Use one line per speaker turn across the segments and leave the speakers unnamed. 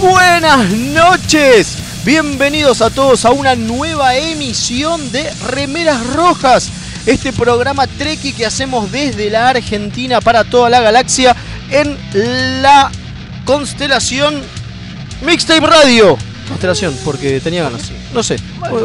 Buenas noches, bienvenidos a todos a una nueva emisión de Remeras Rojas, este programa Treki que hacemos desde la Argentina para toda la galaxia en la constelación Mixtape Radio. Constelación, porque tenía ganas, no sé,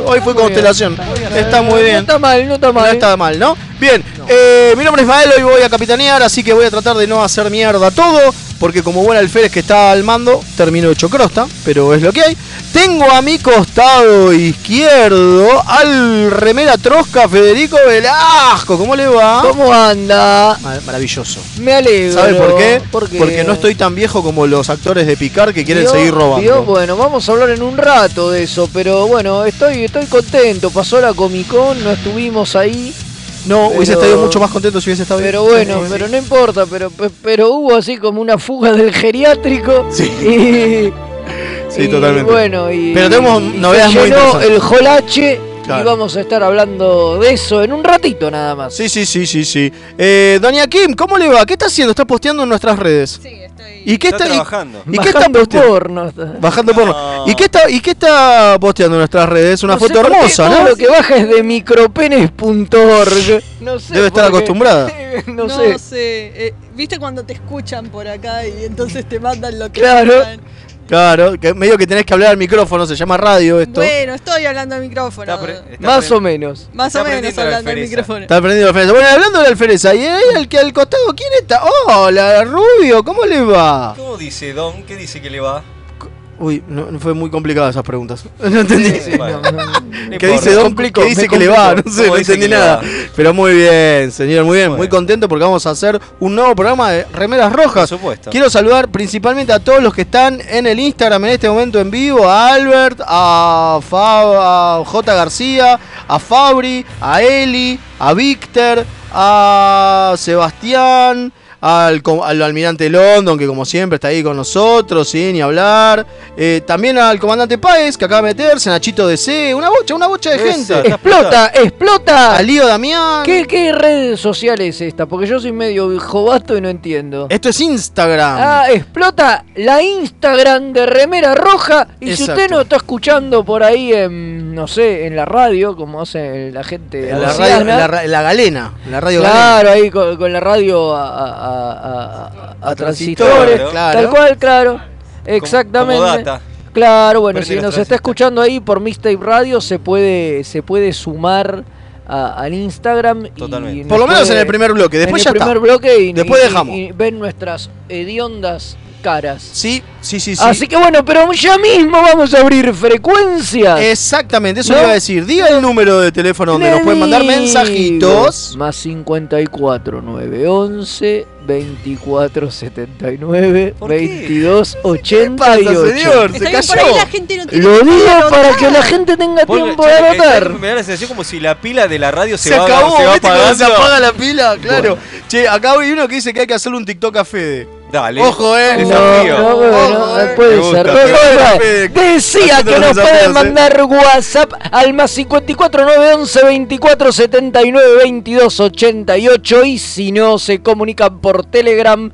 hoy fue constelación, está muy bien.
No está mal, no está mal.
No
eh.
está mal, ¿no? Bien, eh, mi nombre es Mael, hoy voy a capitanear, así que voy a tratar de no hacer mierda todo, porque como buen alférez que está al mando, termino hecho crosta, pero es lo que hay. Tengo a mi costado izquierdo al remera trosca Federico Velasco, ¿cómo le va?
¿Cómo anda?
Ma- Maravilloso.
Me alegro.
¿Sabe por qué?
Porque,
Porque no estoy tan viejo como los actores de Picar que quieren
Vio,
seguir
vio, pues,
robando.
Bueno, vamos a hablar en un rato de eso, pero bueno, estoy, estoy contento. Pasó la Comic Con, no estuvimos ahí,
No, hubiese
pero-
estado mucho más contento si hubiese estado
pero
bien.
bueno, pero no importa, pero, pe- pero hubo así como una fuga del geriátrico.
Sí.
Y,
Sí,
y
totalmente.
Bueno, y,
Pero tenemos
y se
novedades muy
llenó
interesantes.
el Jolache y
Claro.
vamos a estar hablando de eso en un ratito nada más.
Sí, sí, sí, sí, sí. Eh, Doña Kim, ¿cómo le va? ¿Qué está haciendo? Está posteando en nuestras redes.
Sí, estoy.
¿Y qué
Está
está, y-
trabajando.
¿Y, qué está
Bajando
posteando?
porno.
Bajando porno.
No.
¿Y qué está y qué está posteando en nuestras redes? Una
No
foto
sé por qué
hermosa,
todo
¿no?
Lo que baja es de micropenes.org. No sé
Debe estar
por qué.
acostumbrada.
no, sé.
eh, ¿Viste cuando te escuchan por acá y entonces te mandan lo que
Claro.
mandan?
Claro, que medio que tenés que hablar al micrófono, se llama radio esto.
Bueno, estoy hablando al micrófono.
Está pre- está
Más
pre-
o menos.
Más
está
o menos
aprendiendo la
hablando al
alfereza.
micrófono.
Está aprendiendo la alfereza. Bueno, hablando de la alfereza, y ahí al que al costado, ¿quién está? Hola, Rubio, ¿cómo le va?
¿Cómo dice Don? ¿Qué dice que le va?
Uy, no, no fue muy complicada esas preguntas. No entendí.
Sí, bueno,
No, no,
no
¿Qué
importa.
dice Don?
complico,
¿Qué
me
dice que le va? No
complico.
sé,
¿Cómo
no
dice
entendí
que le
nada.
va?
Pero muy bien, señor, muy bien. Muy
Bueno.
contento porque vamos a hacer un nuevo programa de Remeras Rojas.
Por supuesto.
Quiero saludar principalmente a todos los que están en el Instagram en este momento en vivo. A Albert, a, Fab, a J. García, a Fabri, a Eli, a Víctor, a Sebastián. Al, co- al almirante London, que como siempre está ahí con nosotros, sin ni hablar. Eh, también al comandante Páez, que acaba de meterse, Nachito DC, una bocha, una bocha de
Esa,
gente.
está
explota, explota.
A Lío Damián.
¿Qué, ¿Qué red social es esta? Porque yo soy medio jovato y no entiendo.
Esto es Instagram.
Ah, explota la Instagram de Remera Roja. Y si
Exacto.
usted no está escuchando por ahí en, no sé, en la radio, como hace la gente.
En la, radio,
marciana,
en la ra- en la galena. en la radio galena.
Claro, ahí con, con la radio a, a- a- a- a- a transistores.
Claro.
Tal cual, claro. Exactamente.
Como data.
Claro, bueno,
Prende
si
los
nos está
transistores.
escuchando ahí por Mixtape Radio, se puede, se puede sumar a- al Instagram. y
Totalmente.
nos
Por lo menos en
puede-
el primer bloque. Después
en el
ya
primer
está.
bloque y,
Después
y-
dejamos.
y ven nuestras hediondas caras.
Sí, sí, sí, sí.
Así que bueno, pero ya mismo vamos a abrir frecuencias.
Exactamente, eso
¿No?
le iba a decir. Diga el número de teléfono donde nos pueden mandar mensajitos.
Más 54 911 24 79
¿Por qué?
22
¿Qué pasa,
88.
señor?
Está
Se
bien, por
cayó.
ahí la gente no tiene.
Lo digo
tiempo
para
anotar.
que la gente tenga
Vos-
tiempo de
che,
anotar.
Me da la sensación como si la pila de la radio se,
Se
va,
acabó,
se va
¿viste cuando se
apagando.
apaga la pila? Claro. Che, acá hay uno que dice que hay que hacerle un TikTok a Fede.
Dale.
Ojo, eh.
Desafío.
No, no, bueno,
Ojo, eh.
puede
Me gusta,
ser.
me
Bueno,
gusta,
bueno,
Fede.
decía
Haciendo
que
los
nos
desafíos,
pueden
eh.
mandar WhatsApp al más 54 911 24 79 22 88 y si no se comunican por Telegram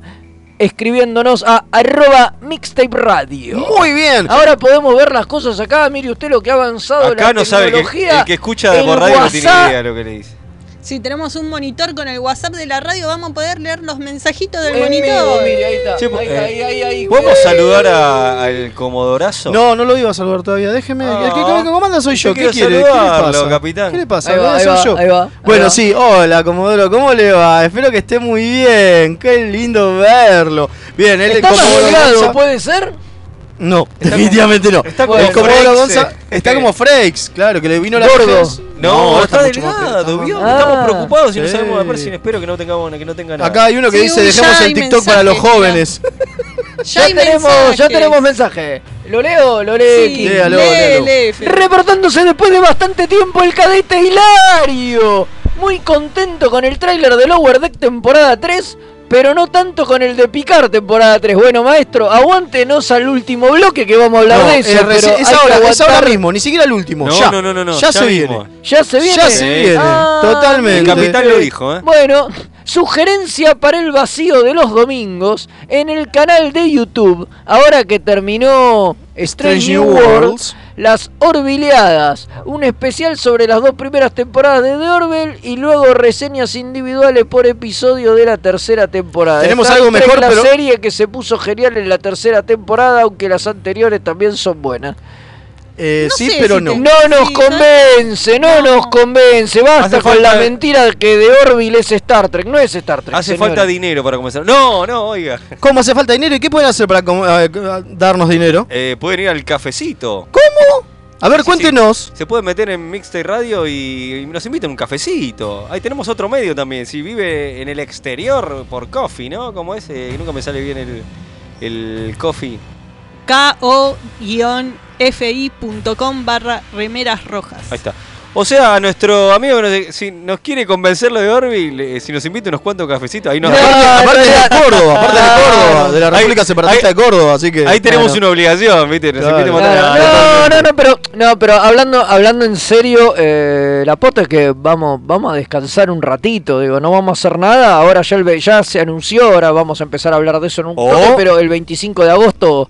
escribiéndonos a arroba mixtape radio.
Muy bien.
Ahora podemos ver las cosas acá, mire usted lo que ha avanzado
Acá
la
no sabe que
tecnología.
el que escucha de
el
por radio no tiene
WhatsApp.
idea de lo que le dice.
Si tenemos un monitor con el WhatsApp de la radio, vamos a poder leer los mensajitos del
Eh,
monitor.
mire, ahí está.
Sí,
ahí,
eh,
ahí, ahí, ahí.
¿Podemos saludar a- al Comodorazo?
No, no lo iba a saludar todavía. Déjeme.
Ah.
el que, el que comanda soy yo.
Yo
¿Qué
quiero
quiere? ¿Qué le pasa?
saludarlo, capitán.
¿Qué le pasa?
Ahí
Lo
va,
voy a
ahí
hacer
va,
yo.
ahí va, ahí
bueno,
va.
sí. Hola, Comodoro. ¿Cómo le va? Espero que esté muy bien. Qué lindo verlo. Bien, él es
Está más
Comodoro
delgado,
Gonza-
¿puede ser?
No, definitivamente no.
está
como
El Comodoro
Frakes,
Gonza
eh.
está como Frakes, claro, que le vino la
Gordo.
vejez.
No, está
mucho más
delgado,
bien,
vio.
está
Ah,
Estamos preocupados y no
sí.
sabemos, me parece espero que no tengamos que no tenga
más-
nada.
Acá hay uno que
Sí,
dice,
un
dejemos
ya
el
hay
TikTok para los
mensajes,
jóvenes.
Ya, hay
tenemos, ya
mensajes.
tenemos mensaje. Lo leo, lo leo.
Sí,
Kiki.
Léalo,
lee,
léalo.
lee, Fede.
Reportándose después de bastante tiempo el cadete Hilario. Muy contento con el tráiler de Lower Deck temporada 3, pero no tanto con el de Picar temporada 3. Bueno, maestro, aguantenos al último bloque que vamos a hablar
No,
de
eh,
eso.
reci-
pero
es,
hay que
ahora, es
aguantar.
ahora mismo, ni siquiera el último.
No,
ya.
no, no, no, no,
Ya,
ya
se
mismo.
viene.
Ya se viene.
Ya se
Sí.
viene.
Ah,
Totalmente.
El capitán lo dijo, ¿eh?
Bueno, Sugerencia para el vacío de los domingos en el canal de YouTube. Ahora que terminó Strange New Worlds, Las Orbileadas. Un especial sobre las dos primeras temporadas de The Orville y luego reseñas individuales por episodio de la tercera temporada.
Tenemos
Star
algo
Trek,
mejor,
la
pero-
serie que se puso genial en la tercera temporada, aunque las anteriores también son buenas.
Eh,
No
sí,
sé
pero
si
no.
te-
No nos
Sí, no-
convence, no,
no.
nos convence. Basta
Hace
con
falta-
la mentira que de Orville es Star Trek. No es Star Trek.
Hace
señora.
falta dinero para comenzar. No, no, oiga.
¿Cómo hace falta dinero? ¿Y qué pueden hacer para com- eh, darnos dinero?
Eh, pueden ir al cafecito.
A ver,
sí, sí.
cuéntenos.
Se pueden meter en Mixtape Radio y, y nos invitan un cafecito. Ahí tenemos otro medio también. Si vive en el exterior, por coffee, ¿no? Como es, eh, nunca me sale bien el, el coffee.
ko-fi.com barra remeras rojas.
Ahí está. O sea, a nuestro amigo, que nos- si nos quiere convencerlo de Orville, eh, si nos invita unos cuantos cafecitos, ahí nos.
No,
aparte
no,
de
no.
Córdoba, aparte de Córdoba, de la
Ahí-
República Separatista
ahí-
de Córdoba, así que.
Ahí tenemos
Bueno.
una obligación, ¿viste? Nos
Claro.
invita
Claro,
a matar
No,
a-
no, no, pero, no, pero hablando, hablando en serio, eh, la posta es que vamos, vamos a descansar un ratito, digo, no vamos a hacer nada, ahora ya, el, ve- ya se anunció, ahora vamos a empezar a hablar de eso en un
Oh.
toque, pero el 25 de agosto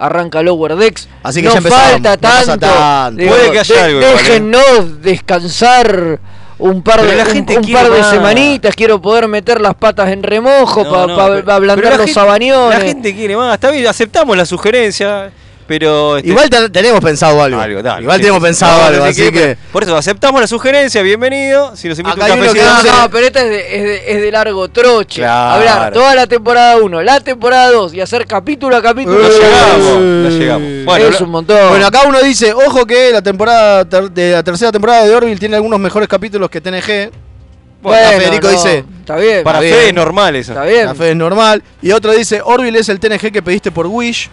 arranca Lower Decks,
Así que
no
ya empezamos,
falta
no pasa
tanto,
tanto.
Puede que haya algo igual, ¿eh?
déjennos descansar un par
Pero
de,
la
un-
gente
un
quiere
par de
más.
semanitas, quiero poder meter las patas en remojo
No,
para
no, pero- pero
ablandar
la
los
gente-
sabañones.
La gente quiere más, está bien, aceptamos la sugerencia, pero. este,
Igual te- tenemos pensado algo.
algo, dale,
Igual
sí,
tenemos
sí.
pensado
No,
algo,
no sé
así
qué,
que.
Por eso, aceptamos la sugerencia, bienvenido. Si nos invita
Acá
un
hay uno que
cafecito.
hace-
No, no, pero esta es de, es de- es de largo troche.
Claro.
Hablar toda la temporada 1, la temporada 2 y hacer capítulo a capítulo.
No
Eh,
llegamos, no llegamos.
es
Bueno, habla-
un montón.
Bueno, acá uno dice, ojo que la temporada ter- de la tercera temporada de Orville tiene algunos mejores capítulos que TNG.
Bueno,
acá Federico
no,
dice,
Está bien.
Para
bien.
fe es normal eso.
Está bien.
La fe es normal. Y otro dice, Orville es el TNG que pediste por Wish.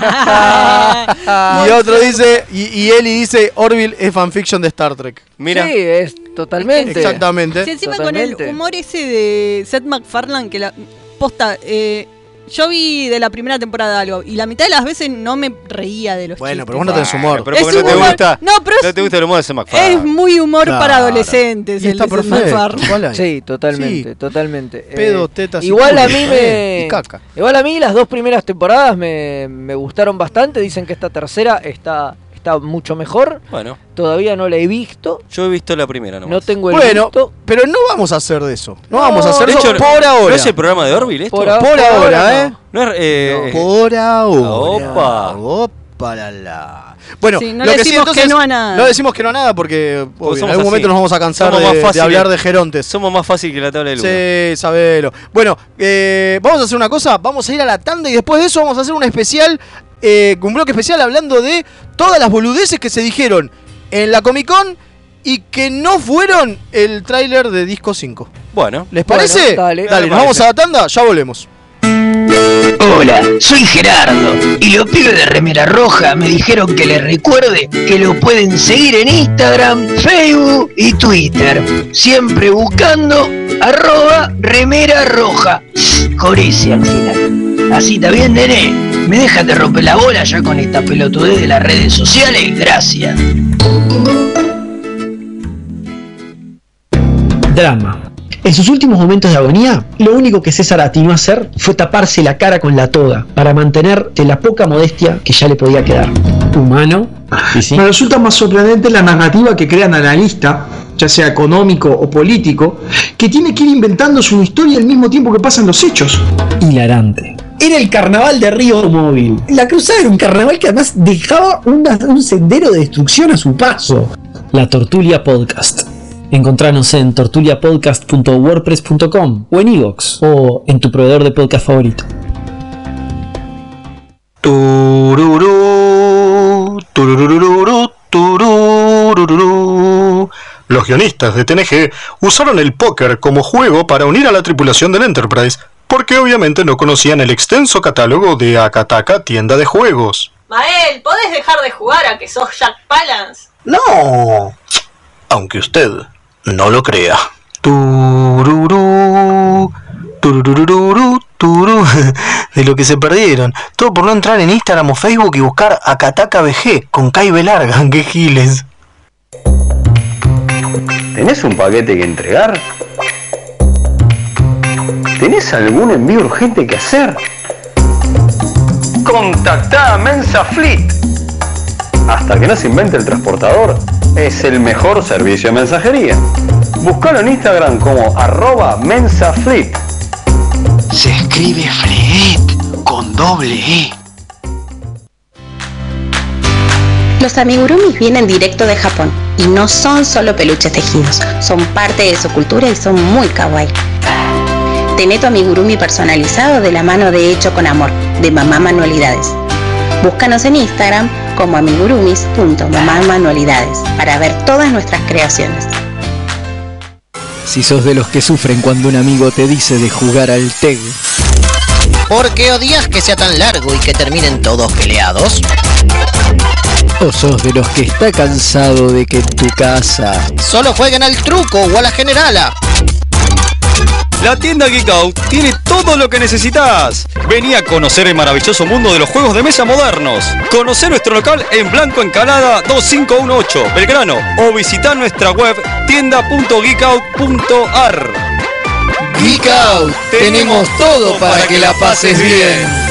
Ah,
y otro dice, y, y Eli dice, Orville es fanfiction de Star Trek.
Mira,
Sí, es totalmente.
Exactamente.
Si encima con
Totalmente.
el humor ese de Seth MacFarlane, que la posta, eh, yo vi de la primera temporada algo y la mitad de las veces no me reía de los
Bueno,
chistes.
pero vos no tenés humor.
pero
Es
porque no
un
te
humor-
gusta.
no, pero es-
no te gusta el humor de ese McFarlane.
Es muy humor
Claro.
para adolescentes
Y
el
está
de Seth
perfecto.
MacFarlane.
¿cuál hay?
Sí, totalmente,
Sí.
totalmente. Eh,
Pedos, tetas y
Igual a
culo.
mí
Eh,
me.
y caca.
Igual a mí las dos primeras temporadas me, me gustaron bastante. Dicen que esta tercera está, está mucho mejor.
Bueno,
Todavía no la he visto.
yo he visto la primera nomás.
No tengo el
Bueno,
gusto.
pero no vamos a hacer de eso. No,
No,
vamos a hacer
De
de eso
hecho,
por
¿No
ahora.
es el programa de Orville esto?
Por ahora.
por ahora, ¿eh?
no.
No es, eh,
Por ahora.
Opa.
Opa, la, la. Bueno,
Sí, no
lo
le
que sí,
decimos
entonces,
que no a nada.
No decimos que no a nada porque obvio,
Porque
en
somos
algún momento
así.
nos vamos a cansar
Somos más
de, de
fáciles.
hablar de gerontes.
somos más fácil que la tabla de luz.
Sí, sabelo. Bueno, eh, vamos a hacer una cosa, vamos a ir a la tanda y después de eso vamos a hacer un especial, eh, un bloque especial hablando de todas las boludeces que se dijeron en la Comic Con y que no fueron el tráiler de Disco 5.
Bueno,
¿Les
Bueno,
parece?
dale.
dale,
Me
nos vamos
parece.
a la tanda, ya volvemos.
Hola, soy Gerardo y los pibes de Remera Roja me dijeron que les recuerde que lo pueden seguir en Instagram, Facebook y Twitter. Siempre buscando arroba Remera Roja. Con ese al final. Así está bien, nene. Me dejan de romper la bola ya con esta pelotudez de las redes sociales. Gracias.
Drama. En sus últimos momentos de agonía, lo único que César atinó a hacer fue taparse la cara con la toga para mantener de la poca modestia que ya le podía quedar.
humano.
Me resulta más sorprendente la narrativa que crean analista, ya sea económico o político, que tiene que ir inventando su historia al mismo tiempo que pasan los hechos.
Hilarante.
Era el carnaval de Río Móvil. La cruzada era un carnaval que además dejaba una- un sendero de destrucción a su paso.
La Tortulia Podcast. Encontranos en tortuliapodcast.wordpress.com o en iVoox o en tu proveedor de podcast favorito.
Tururú, tururururú, turururú. Los guionistas de TNG usaron el póker como juego para unir a la tripulación del Enterprise, porque obviamente no conocían el extenso catálogo de Akataka Tienda de Juegos.
Mael, ¿podés dejar de jugar a que sos Jack Palance?
No, aunque usted no lo crea. Tururú, tururururú, turú. De lo que se perdieron. Todo por no entrar en Instagram o Facebook y buscar a Kataka BG con Kai B larga. ¡Qué giles!
¿Tenés un paquete que entregar?
¿Tenés algún envío urgente que hacer? Contactá a Mensa Fleet. Hasta que no se invente el transportador, es el mejor servicio de mensajería. Buscalo en Instagram como arroba mensafleet.
Se escribe Fleet con doble E.
Los amigurumis vienen directo de Japón y no son solo peluches tejidos, son parte de su cultura y son muy kawaii. Tené tu amigurumi personalizado de la mano de Hecho con Amor, de Mamá Manualidades. Búscanos en Instagram como amigurumis.mamamanualidades para ver todas nuestras creaciones.
Si sos de los que sufren cuando un amigo te dice de jugar al TEG,
¿Por qué odias que sea tan largo y que terminen todos peleados?
o sos de los que está cansado de que en tu casa
Solo jueguen al truco o a la generala.
La tienda Geek Out tiene todo lo que necesitas. Vení a conocer el maravilloso mundo de los juegos de mesa modernos. Conocer nuestro local en Blanco Encanada 2518, Belgrano. O visitar nuestra web tienda.geekout.ar.
Geek Out, tenemos todo para que la pases bien.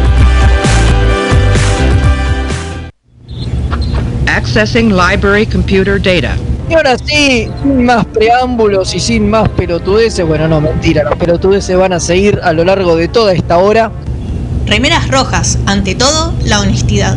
Accessing library computer data.
Y ahora sí, sin más preámbulos y sin más pelotudeces, bueno, no, mentira, los pelotudeces van a seguir a lo largo de toda esta hora.
Remeras rojas, ante todo, la honestidad.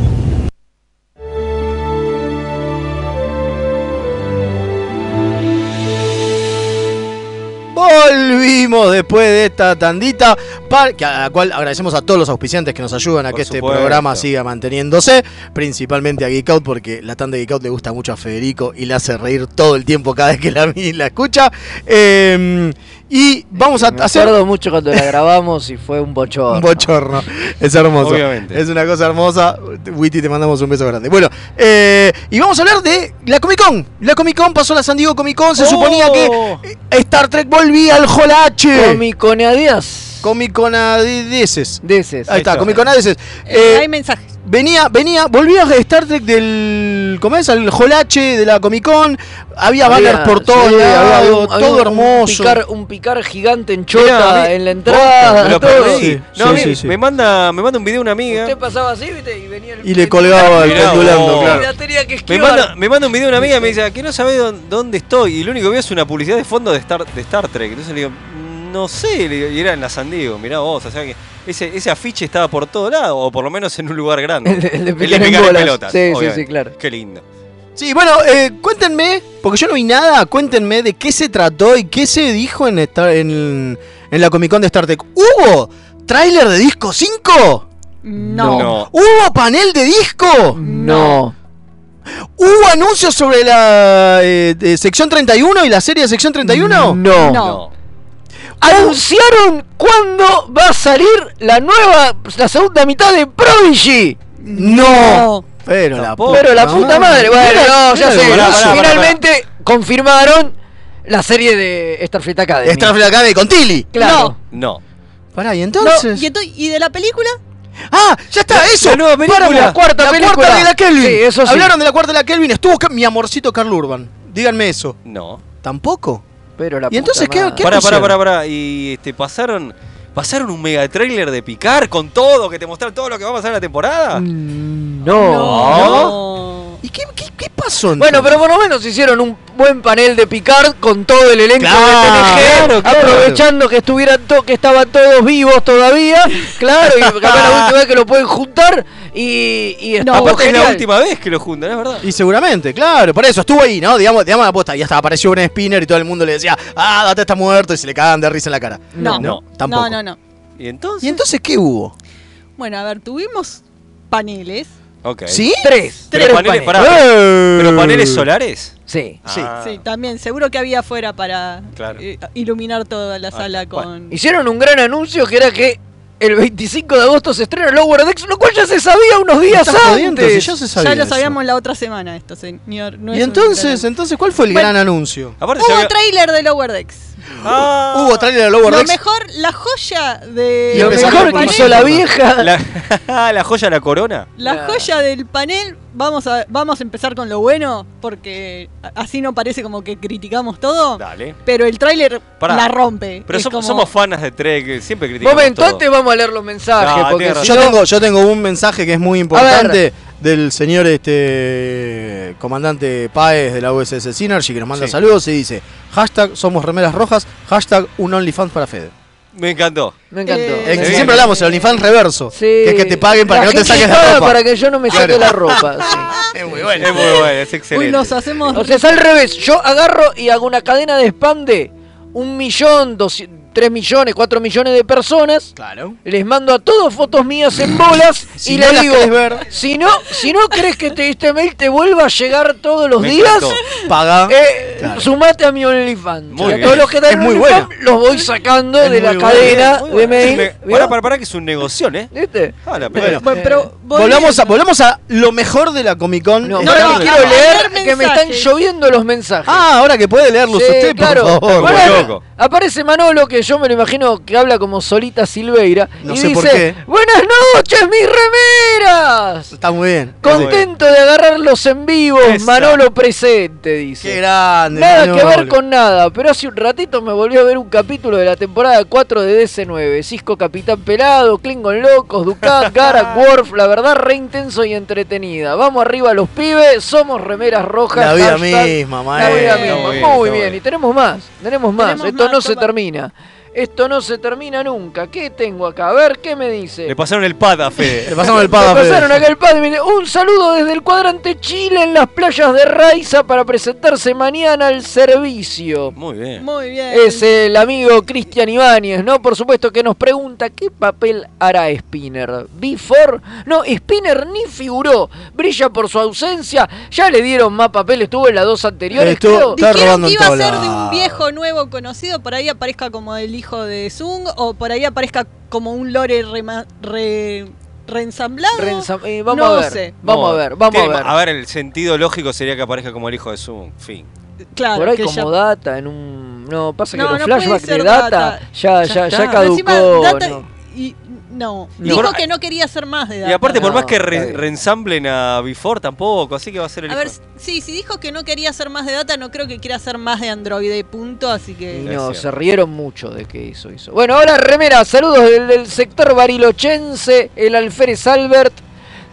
Volvimos después de esta tandita, par- que a la cual agradecemos a todos los auspiciantes que nos ayudan a que este
supuesto.
programa siga manteniéndose, principalmente a Geek Out, porque la tanda de Geek Out le gusta mucho a Federico y le hace reír todo el tiempo cada vez que la, la escucha. Eh, y vamos a
Me
hacer
acuerdo mucho cuando la grabamos y fue un bochorno.
un bochorno. Es hermoso.
Obviamente.
Es una cosa hermosa. Witty, te mandamos un beso grande. Bueno, eh, y vamos a hablar de la Comic Con. La Comic Con pasó la San Diego Comic Con.
Oh.
Se suponía que eh, Star Trek volvía al Jolache.
Comiconeadías.
Comic Conadeses.
Deses.
Ahí está,
Eso.
Comic Conadeses.
Eh, hay mensajes.
Venía, venía, volvía a Star Trek del. ¿Cómo es? Al Jolache de la Comic Con. Había banners
Había-
por todo,
sí,
había,
había un-
todo
había un-
hermoso.
Un picar, un picar gigante en
Mirá,
chota
a mí-
en la entrada.
Me lo
todo.
perdí.
Sí,
No, a
sí,
mí
sí, sí.
Me, manda, me manda un video una amiga.
Usted pasaba así, viste, y venía el.
Y le colgaba el
Mirá
pendulando,
vos.
claro.
La tenía que
Me
esquivar.
manda, me manda un video una amiga y me dice, "Ah, que no sabe dón- dónde estoy. Y lo único que veo es una publicidad de fondo de Star, de Star Trek. Entonces le digo, no sé, le digo, y era en la San Diego, mirá vos, o sea que ese, ese afiche estaba por todo lado, o por lo menos en un lugar grande.
El de- el de picar en
picar en
bolas.
pelotas,
Sí, sí,
obviamente.
sí, claro.
Qué lindo.
Sí, bueno, eh, cuéntenme, porque yo no vi nada, cuéntenme de qué se trató y qué se dijo en, Star- en, en la Comic Con de Star Trek. ¿Hubo tráiler de disco 5?
No.
No.
¿Hubo panel de disco?
No.
¿Hubo anuncios sobre la eh, de sección 31 y la serie de sección 31?
No.
No.
Anunciaron cuándo va a salir la nueva, la segunda mitad de Prodigy.
No. Pero la
Tampoco.
puta.
Pero la puta madre, bueno, no, ya
mira
sé.
el golazo.
no,
Pará, pará,
Finalmente confirmaron la serie de Starfleet Academy.
Starfleet Academy con Tilly.
Claro.
No.
Pará, ¿y
No,
entonces?
¿Y, ento- ¿y de la película?
¡Ah! ¡Ya está! ¡Eso!
la nueva película.
Pará,
La cuarta
la
película.
cuarta de la Kelvin.
Sí, eso sí.
Hablaron de la cuarta de la Kelvin. Estuvo ca- mi amorcito Carl Urban. Díganme eso.
No.
¿Tampoco?
Pero la
¿Y entonces
puta madre.
¿Qué
Pará, pará,
pusieron?
pará, pará. Y este, pasaron. Pasaron un mega trailer de picar con todo, que te mostraron todo lo que va a pasar en la temporada.
No.
No.
¿Y qué, qué, qué pasó? entonces?
Bueno, pero por lo menos hicieron un buen panel de Picard con todo el elenco de TNG,
Claro, claro.
aprovechando que estuvieran to- que estaban todos vivos todavía, claro, y capaz la última vez que lo pueden juntar y, y estuvo
Aparte es la
genial.
última vez que lo juntan, es verdad.
Y seguramente, claro, por eso estuvo ahí, ¿no? Digamos, digamos la apuesta. Y hasta apareció un spinner y todo el mundo le decía, ah, Data está muerto y se le cagan de risa en la cara.
No.
no,
No,
tampoco.
no, no.
¿Y entonces?
¿Y entonces qué hubo?
Bueno, a ver, tuvimos paneles.
Ok.
¿Sí?
Tres,
Pero
tres
paneles,
paneles. Ah,
pará. ¿Pero paneles solares?
Sí.
Sí.
Ah.
Sí, también, seguro que había afuera para
Claro. Ah,
eh, iluminar toda la sala
bueno.
con...
Hicieron un gran anuncio que era que el 25 de agosto se estrena Lower Decks, lo cual ya se sabía unos días
estás
antes.
jodiendo, si ya se sabía
ya lo
eso.
sabíamos la otra semana esto, señor. No
Y
es un
entonces, entonces, ¿cuál fue el
Bueno.
gran anuncio?
gran- Hubo tráiler de Lower Decks.
Ah.
Hubo trailer de Lower
lo
Decks.
mejor, la joya de...
Lo
del
mejor que
panel.
hizo la vieja.
La, la joya de la corona.
La joya del panel, vamos a, vamos a empezar con lo bueno, porque a- así no parece como que criticamos todo,
Dale.
pero el tráiler
Pará.
la rompe.
Pero
Es
som-
como-
somos fanas de Trek, eh, siempre criticamos.
Momento,
todo.
antes vamos a leer los mensajes.
No,
porque
tiene
si
razón.
Yo
no-
tengo, yo tengo un mensaje que es muy importante del señor este comandante Páez de la USS Synergy que nos manda
Sí.
saludos y dice hashtag somos remeras rojas, hashtag un OnlyFans para Fede.
Me encantó.
Me encantó.
Eh, que siempre hablamos, el OnlyFans reverso. Que es que te paguen para
La
que no te
gente
saques la
paga
ropa.
para que yo no me saque
Claro.
la ropa.
Es muy
Es muy bueno, es excelente.
Uy, nos hacemos...
O sea, es al revés. Yo agarro y hago una cadena de spam de un millón, doci- tres millones, cuatro millones de personas.
Claro.
Les mando a todos fotos mías en bolas
Si
y
no
les
las
digo,
querés ver.
si no, si no crees que te- este mail te vuelva a llegar todos los
Me
días,
encantó. Paga.
eh,
Claro.
sumate a mi OnlyFans.
Muy
Y a
bien.
Todos los que dan
Es muy
OnlyFans
buena.
los voy sacando de la
muy buena.
cadena
Muy
de
bueno.
mail.
Me-
¿Vio?
Pará, pará, pará, que es un negoción, ¿eh?
¿Viste?
Ah, la
Bueno,
puta.
Pero
volvamos a volvamos a lo mejor de la Comic Con.
No,
Esta
pará,
tarde.
que quiero leer
leer
que me están
mensajes.
lloviendo los mensajes.
Ah, ahora que puede leerlos
Sí,
usted,
claro.
por favor.
Pará,
Muy loco.
Aparece Manolo, que yo me lo imagino que habla como Solita Silveira.
No
y
sé
dice,
por qué.
buenas noches, mis remeras.
Está muy bien.
Contento de agarrarlos en vivo,
Esa.
Manolo presente,
Qué
dice.
grande.
Nada
Manolo.
que ver con nada, pero hace un ratito me volvió a ver un capítulo de la temporada 4 de DC9. Cisco Capitán Pelado, Klingon Locos, Ducat, Garak, Worf, la verdad re intenso y entretenida. Vamos arriba los pibes, somos remeras rojas.
La vida
hashtag
misma, eh.
la
maestro.
vida
Está
misma.
muy
Muy,
bien, está
bien.
bueno.
y tenemos más, tenemos más.
Tenemos
Esto
más,
no se
toma.
termina. Esto no se termina nunca. ¿Qué tengo acá? A ver, ¿qué me dice?
Le pasaron el pad a
Le
Fede.
pasamos el
Me
pad a Fede.
pasaron acá el padre y me dice, un saludo desde el cuadrante Chile en las playas de Raiza para presentarse mañana al servicio.
Muy bien.
Muy bien.
Es el amigo Cristian Ibáñez, ¿no? Por supuesto que nos pregunta qué papel hará Spinner. ¿Before? No, Spinner ni figuró. Brilla por su ausencia. Ya le dieron más papel, estuvo en las dos anteriores.
Estuvo-
creo.
Está
Dijeron
robando
que
en
iba a
todos
ser de un
lados.
viejo nuevo conocido, por ahí aparezca como el hijo de Zung, o por ahí aparezca como un lore rema- re- reensamblado.
Renza- eh, vamos
No
a ver.
sé.
Vamos a
No,
ver, vamos a
tiene-
ver.
A ver, el sentido lógico sería que aparezca como el hijo de Zoom. Fin.
Claro,
Por ahí
Ah, que
como
ya-
data en un. No, pasa que
No,
los
no puede
flashbacks de
ser
data,
data. Ya
ya, ya, ya,
está.
caducó.
Encima, data-
no.
y- no.
Y
Dijo
por-
que no quería hacer más de data.
Y aparte, por
No,
más que re-
está bien.
reensamblen a Before tampoco, así que va a ser el
A
hijo.
ver, sí, si dijo que no quería hacer más de data, no creo que quiera hacer más de androide, punto, así
Y
que...
Es
no,
cierto.
se rieron mucho de que eso hizo. Bueno, ahora remera, saludos del, del sector barilochense, el alférez Albert.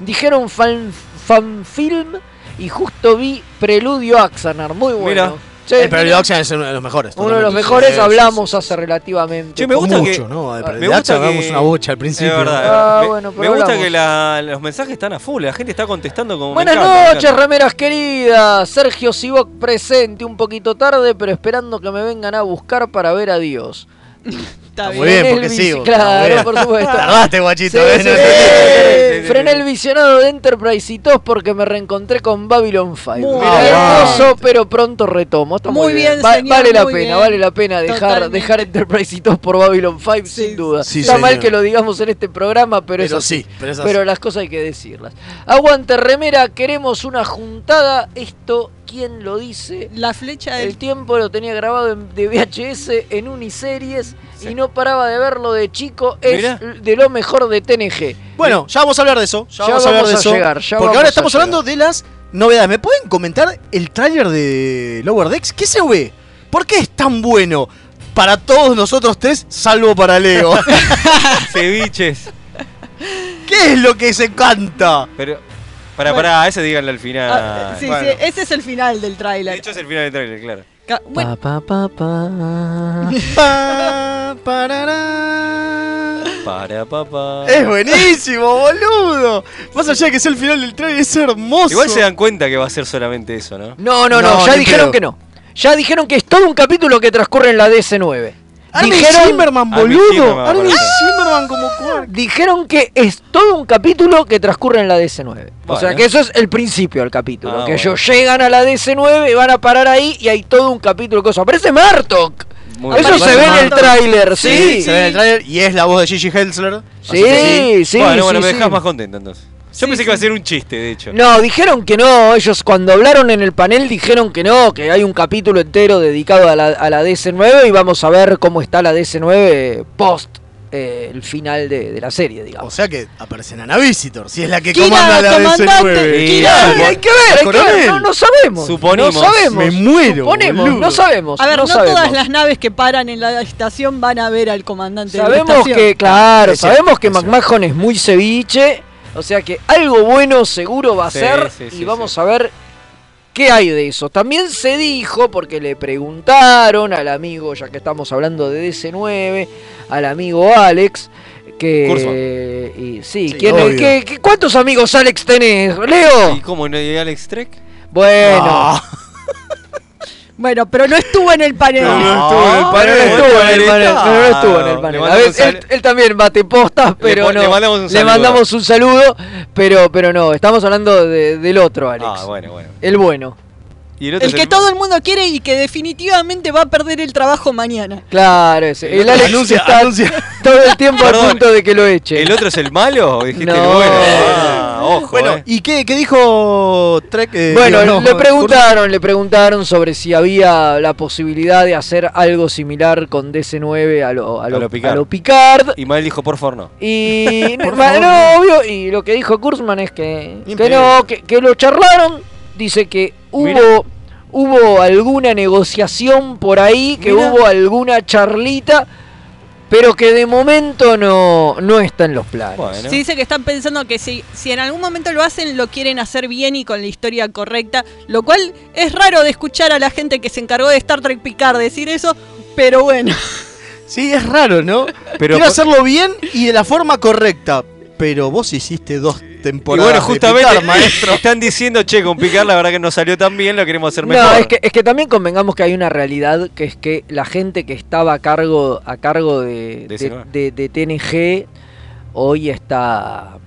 Dijeron fan, fanfilm y justo vi Preludio Axanar, muy bueno.
Mira.
Sí,
El Perry Oxen es uno de los mejores.
uno de los
totalmente.
mejores,
Sí, sí,
hablamos
sí.
hace relativamente.
Che, me gusta
Mucho,
que-
¿no? De
me
Perry
gusta
Oxen
que-
hablamos una bocha al principio.
Es verdad.
Ah,
me,
bueno, pero
me gusta
hablamos.
que la- los mensajes están a full, la gente está contestando como. me
Buenas
encanta, me
noches,
encanta.
remeras queridas. Sergio Siboc presente, un poquito tarde, pero esperando que me vengan a buscar para ver a Dios.
Está
Muy bien,
Frené
porque
el
sí.
vici- Claro, por supuesto.
Tardaste, guachito.
Sí,
¿eh?
sí,
No-
sí.
sí, sí, sí.
Frené el visionado de Enterprise y tos porque me reencontré con Babylon 5.
Muy
Mirá,
bien.
hermoso, pero pronto retomo. Está muy,
Muy bien,
Va-
señor,
vale la
muy
pena,
bien.
vale la pena dejar,
Totalmente.
dejar Enterprise y tos por Babylon 5,
Sí,
sin duda.
sí,
Está mal
señor.
que lo digamos en este programa, pero, es
Pero
así.
sí, pero es así.
Pero las cosas hay que decirlas. Aguante, remera, queremos una juntada. Esto, ¿quién lo dice?
La flecha del
El tiempo lo tenía grabado en- de VHS en uniseries y no paraba de verlo de chico. Es
Mirá.
de lo mejor de TNG.
Bueno, ya vamos a hablar de eso. Ya, vamos a hablar de eso.
llegar,
porque
ya Eh, vamos
ahora
a
estamos
llegar.
hablando de las novedades. ¿Me pueden comentar el tráiler de Lower Decks? ¿Qué se ve? ¿Por qué es tan bueno? Para todos nosotros tres, salvo para Leo.
Ceviches.
¿Qué es lo que se canta?
Pero. Pará, pará, ese díganle al final.
Ah,
eh,
sí,
Bueno.
sí, ese es el final del
De
tráiler.
hecho, es el final del trailer, claro.
Ca- Bueno,
Pa, pa, pa, pa.
Pa, parará.
Para, papá.
Es buenísimo, boludo. Más allá de que sea el final del trailer, es hermoso.
Igual se dan cuenta que va a ser solamente eso, ¿no?
No, no, no,
No,
ya
ni
dijeron
pedo.
que no. Ya dijeron que es todo un capítulo que transcurre en la DC9.
Armin
Dijeron-
Zimmerman,
Armin
boludo.
Zimmerman,
Armin
boludo.
Zimmerman como quark.
Dijeron que es todo un capítulo que transcurre en la DC9. O
Bueno.
sea que eso es el principio del capítulo.
Ah,
que
bueno.
ellos llegan a la DC9 y van a parar ahí y hay todo un capítulo de cosas. Aparece Martok.
Muy
Eso
bien.
se ve en el tráiler, sí.
Se ve en el tráiler y es la voz de Gigi Hensler.
Sí, sí,
Bueno, bueno,
sí,
me
sí.
dejas más contento entonces. Yo pensé que iba a ser un chiste, de hecho.
No, dijeron que no, ellos cuando hablaron en el panel dijeron que no, que hay un capítulo entero dedicado a la, a la DC9 y vamos a ver cómo está la DC9 post eh, el final de, de la serie, digamos.
O sea que aparecerán a Visitor, si es la que
Kira,
comanda la
comandante,
DC9.
Kira, hay que ver, hay que ver, no- no sabemos, Suponemos. no sabemos,
Me muero.
suponemos,
boludo.
no sabemos.
A ver, no,
sabemos.
todas las naves que paran en la estación van a ver al comandante de la
Sabemos
estación.
que, claro,
Es cierto,
sabemos que McMahon es muy ceviche, o sea que algo bueno seguro va a
Sí,
ser
sí,
y
sí,
vamos a ver qué hay de eso. También se dijo, porque le preguntaron al amigo, ya que estamos hablando de DC9, al amigo Alex, que... y- sí, ¿quién-
obvio.
qué- qué- ¿cuántos amigos Alex tenés, Leo?
¿Y cómo no hay Alex Trek?
Bueno.
Bueno, pero no estuvo en el panel.
No,
Ah.
no estuvo en el panel.
Pero no estuvo en el panel,
Está.
pero no estuvo en el
Le
panel. A
mandamos
ver, él, él también bate postas, pero
po-
no.
le mandamos un
Le
saludo.
mandamos un saludo, pero, pero no, estamos hablando de- del otro Alex.
Ah, bueno, bueno.
El bueno.
Y el otro
El
es
que todo el mundo quiere y que definitivamente va a perder el trabajo mañana.
Claro, ese. El Alex
Anuncia,
está todo el tiempo a punto de que lo eche.
¿El otro es el malo? ¿O dijiste
No.
el bueno? Ah, ojo,
Bueno,
eh.
¿y qué, qué dijo Trek? Eh,
Bueno,
digo, no,
le preguntaron, le preguntaron sobre si había la posibilidad de hacer algo similar con DC9 a lo, a lo-
A lo Picard.
A lo Picard.
Y Mael dijo, por favor, no.
Y
Por
ma-
favor,
no, obvio, y lo que dijo Kurzman es que,
Ni en
que
pedo.
no, que, que lo charlaron, dice que hubo
Mirá.
hubo alguna negociación por ahí, que
Mirá.
hubo alguna charlita, pero que de momento no, no está en los planes.
Se dice que están pensando que si, si en algún momento lo hacen, lo quieren hacer bien y con la historia correcta. Lo cual es raro de escuchar a la gente que se encargó de Star Trek Picard decir eso, pero bueno.
Sí, es raro, ¿no?
Pero-
Quiero hacerlo bien y de la forma correcta. Pero vos hiciste dos
Y
temporadas.
bueno,
de
justamente
Picard, maestro.
están diciendo, che, con Picard la verdad que no salió tan bien, lo queremos hacer mejor.
No, es que, es que también convengamos que hay una realidad que es que la gente que estaba a cargo, a cargo de,
De
de,
ese lugar.
de- de TNG hoy está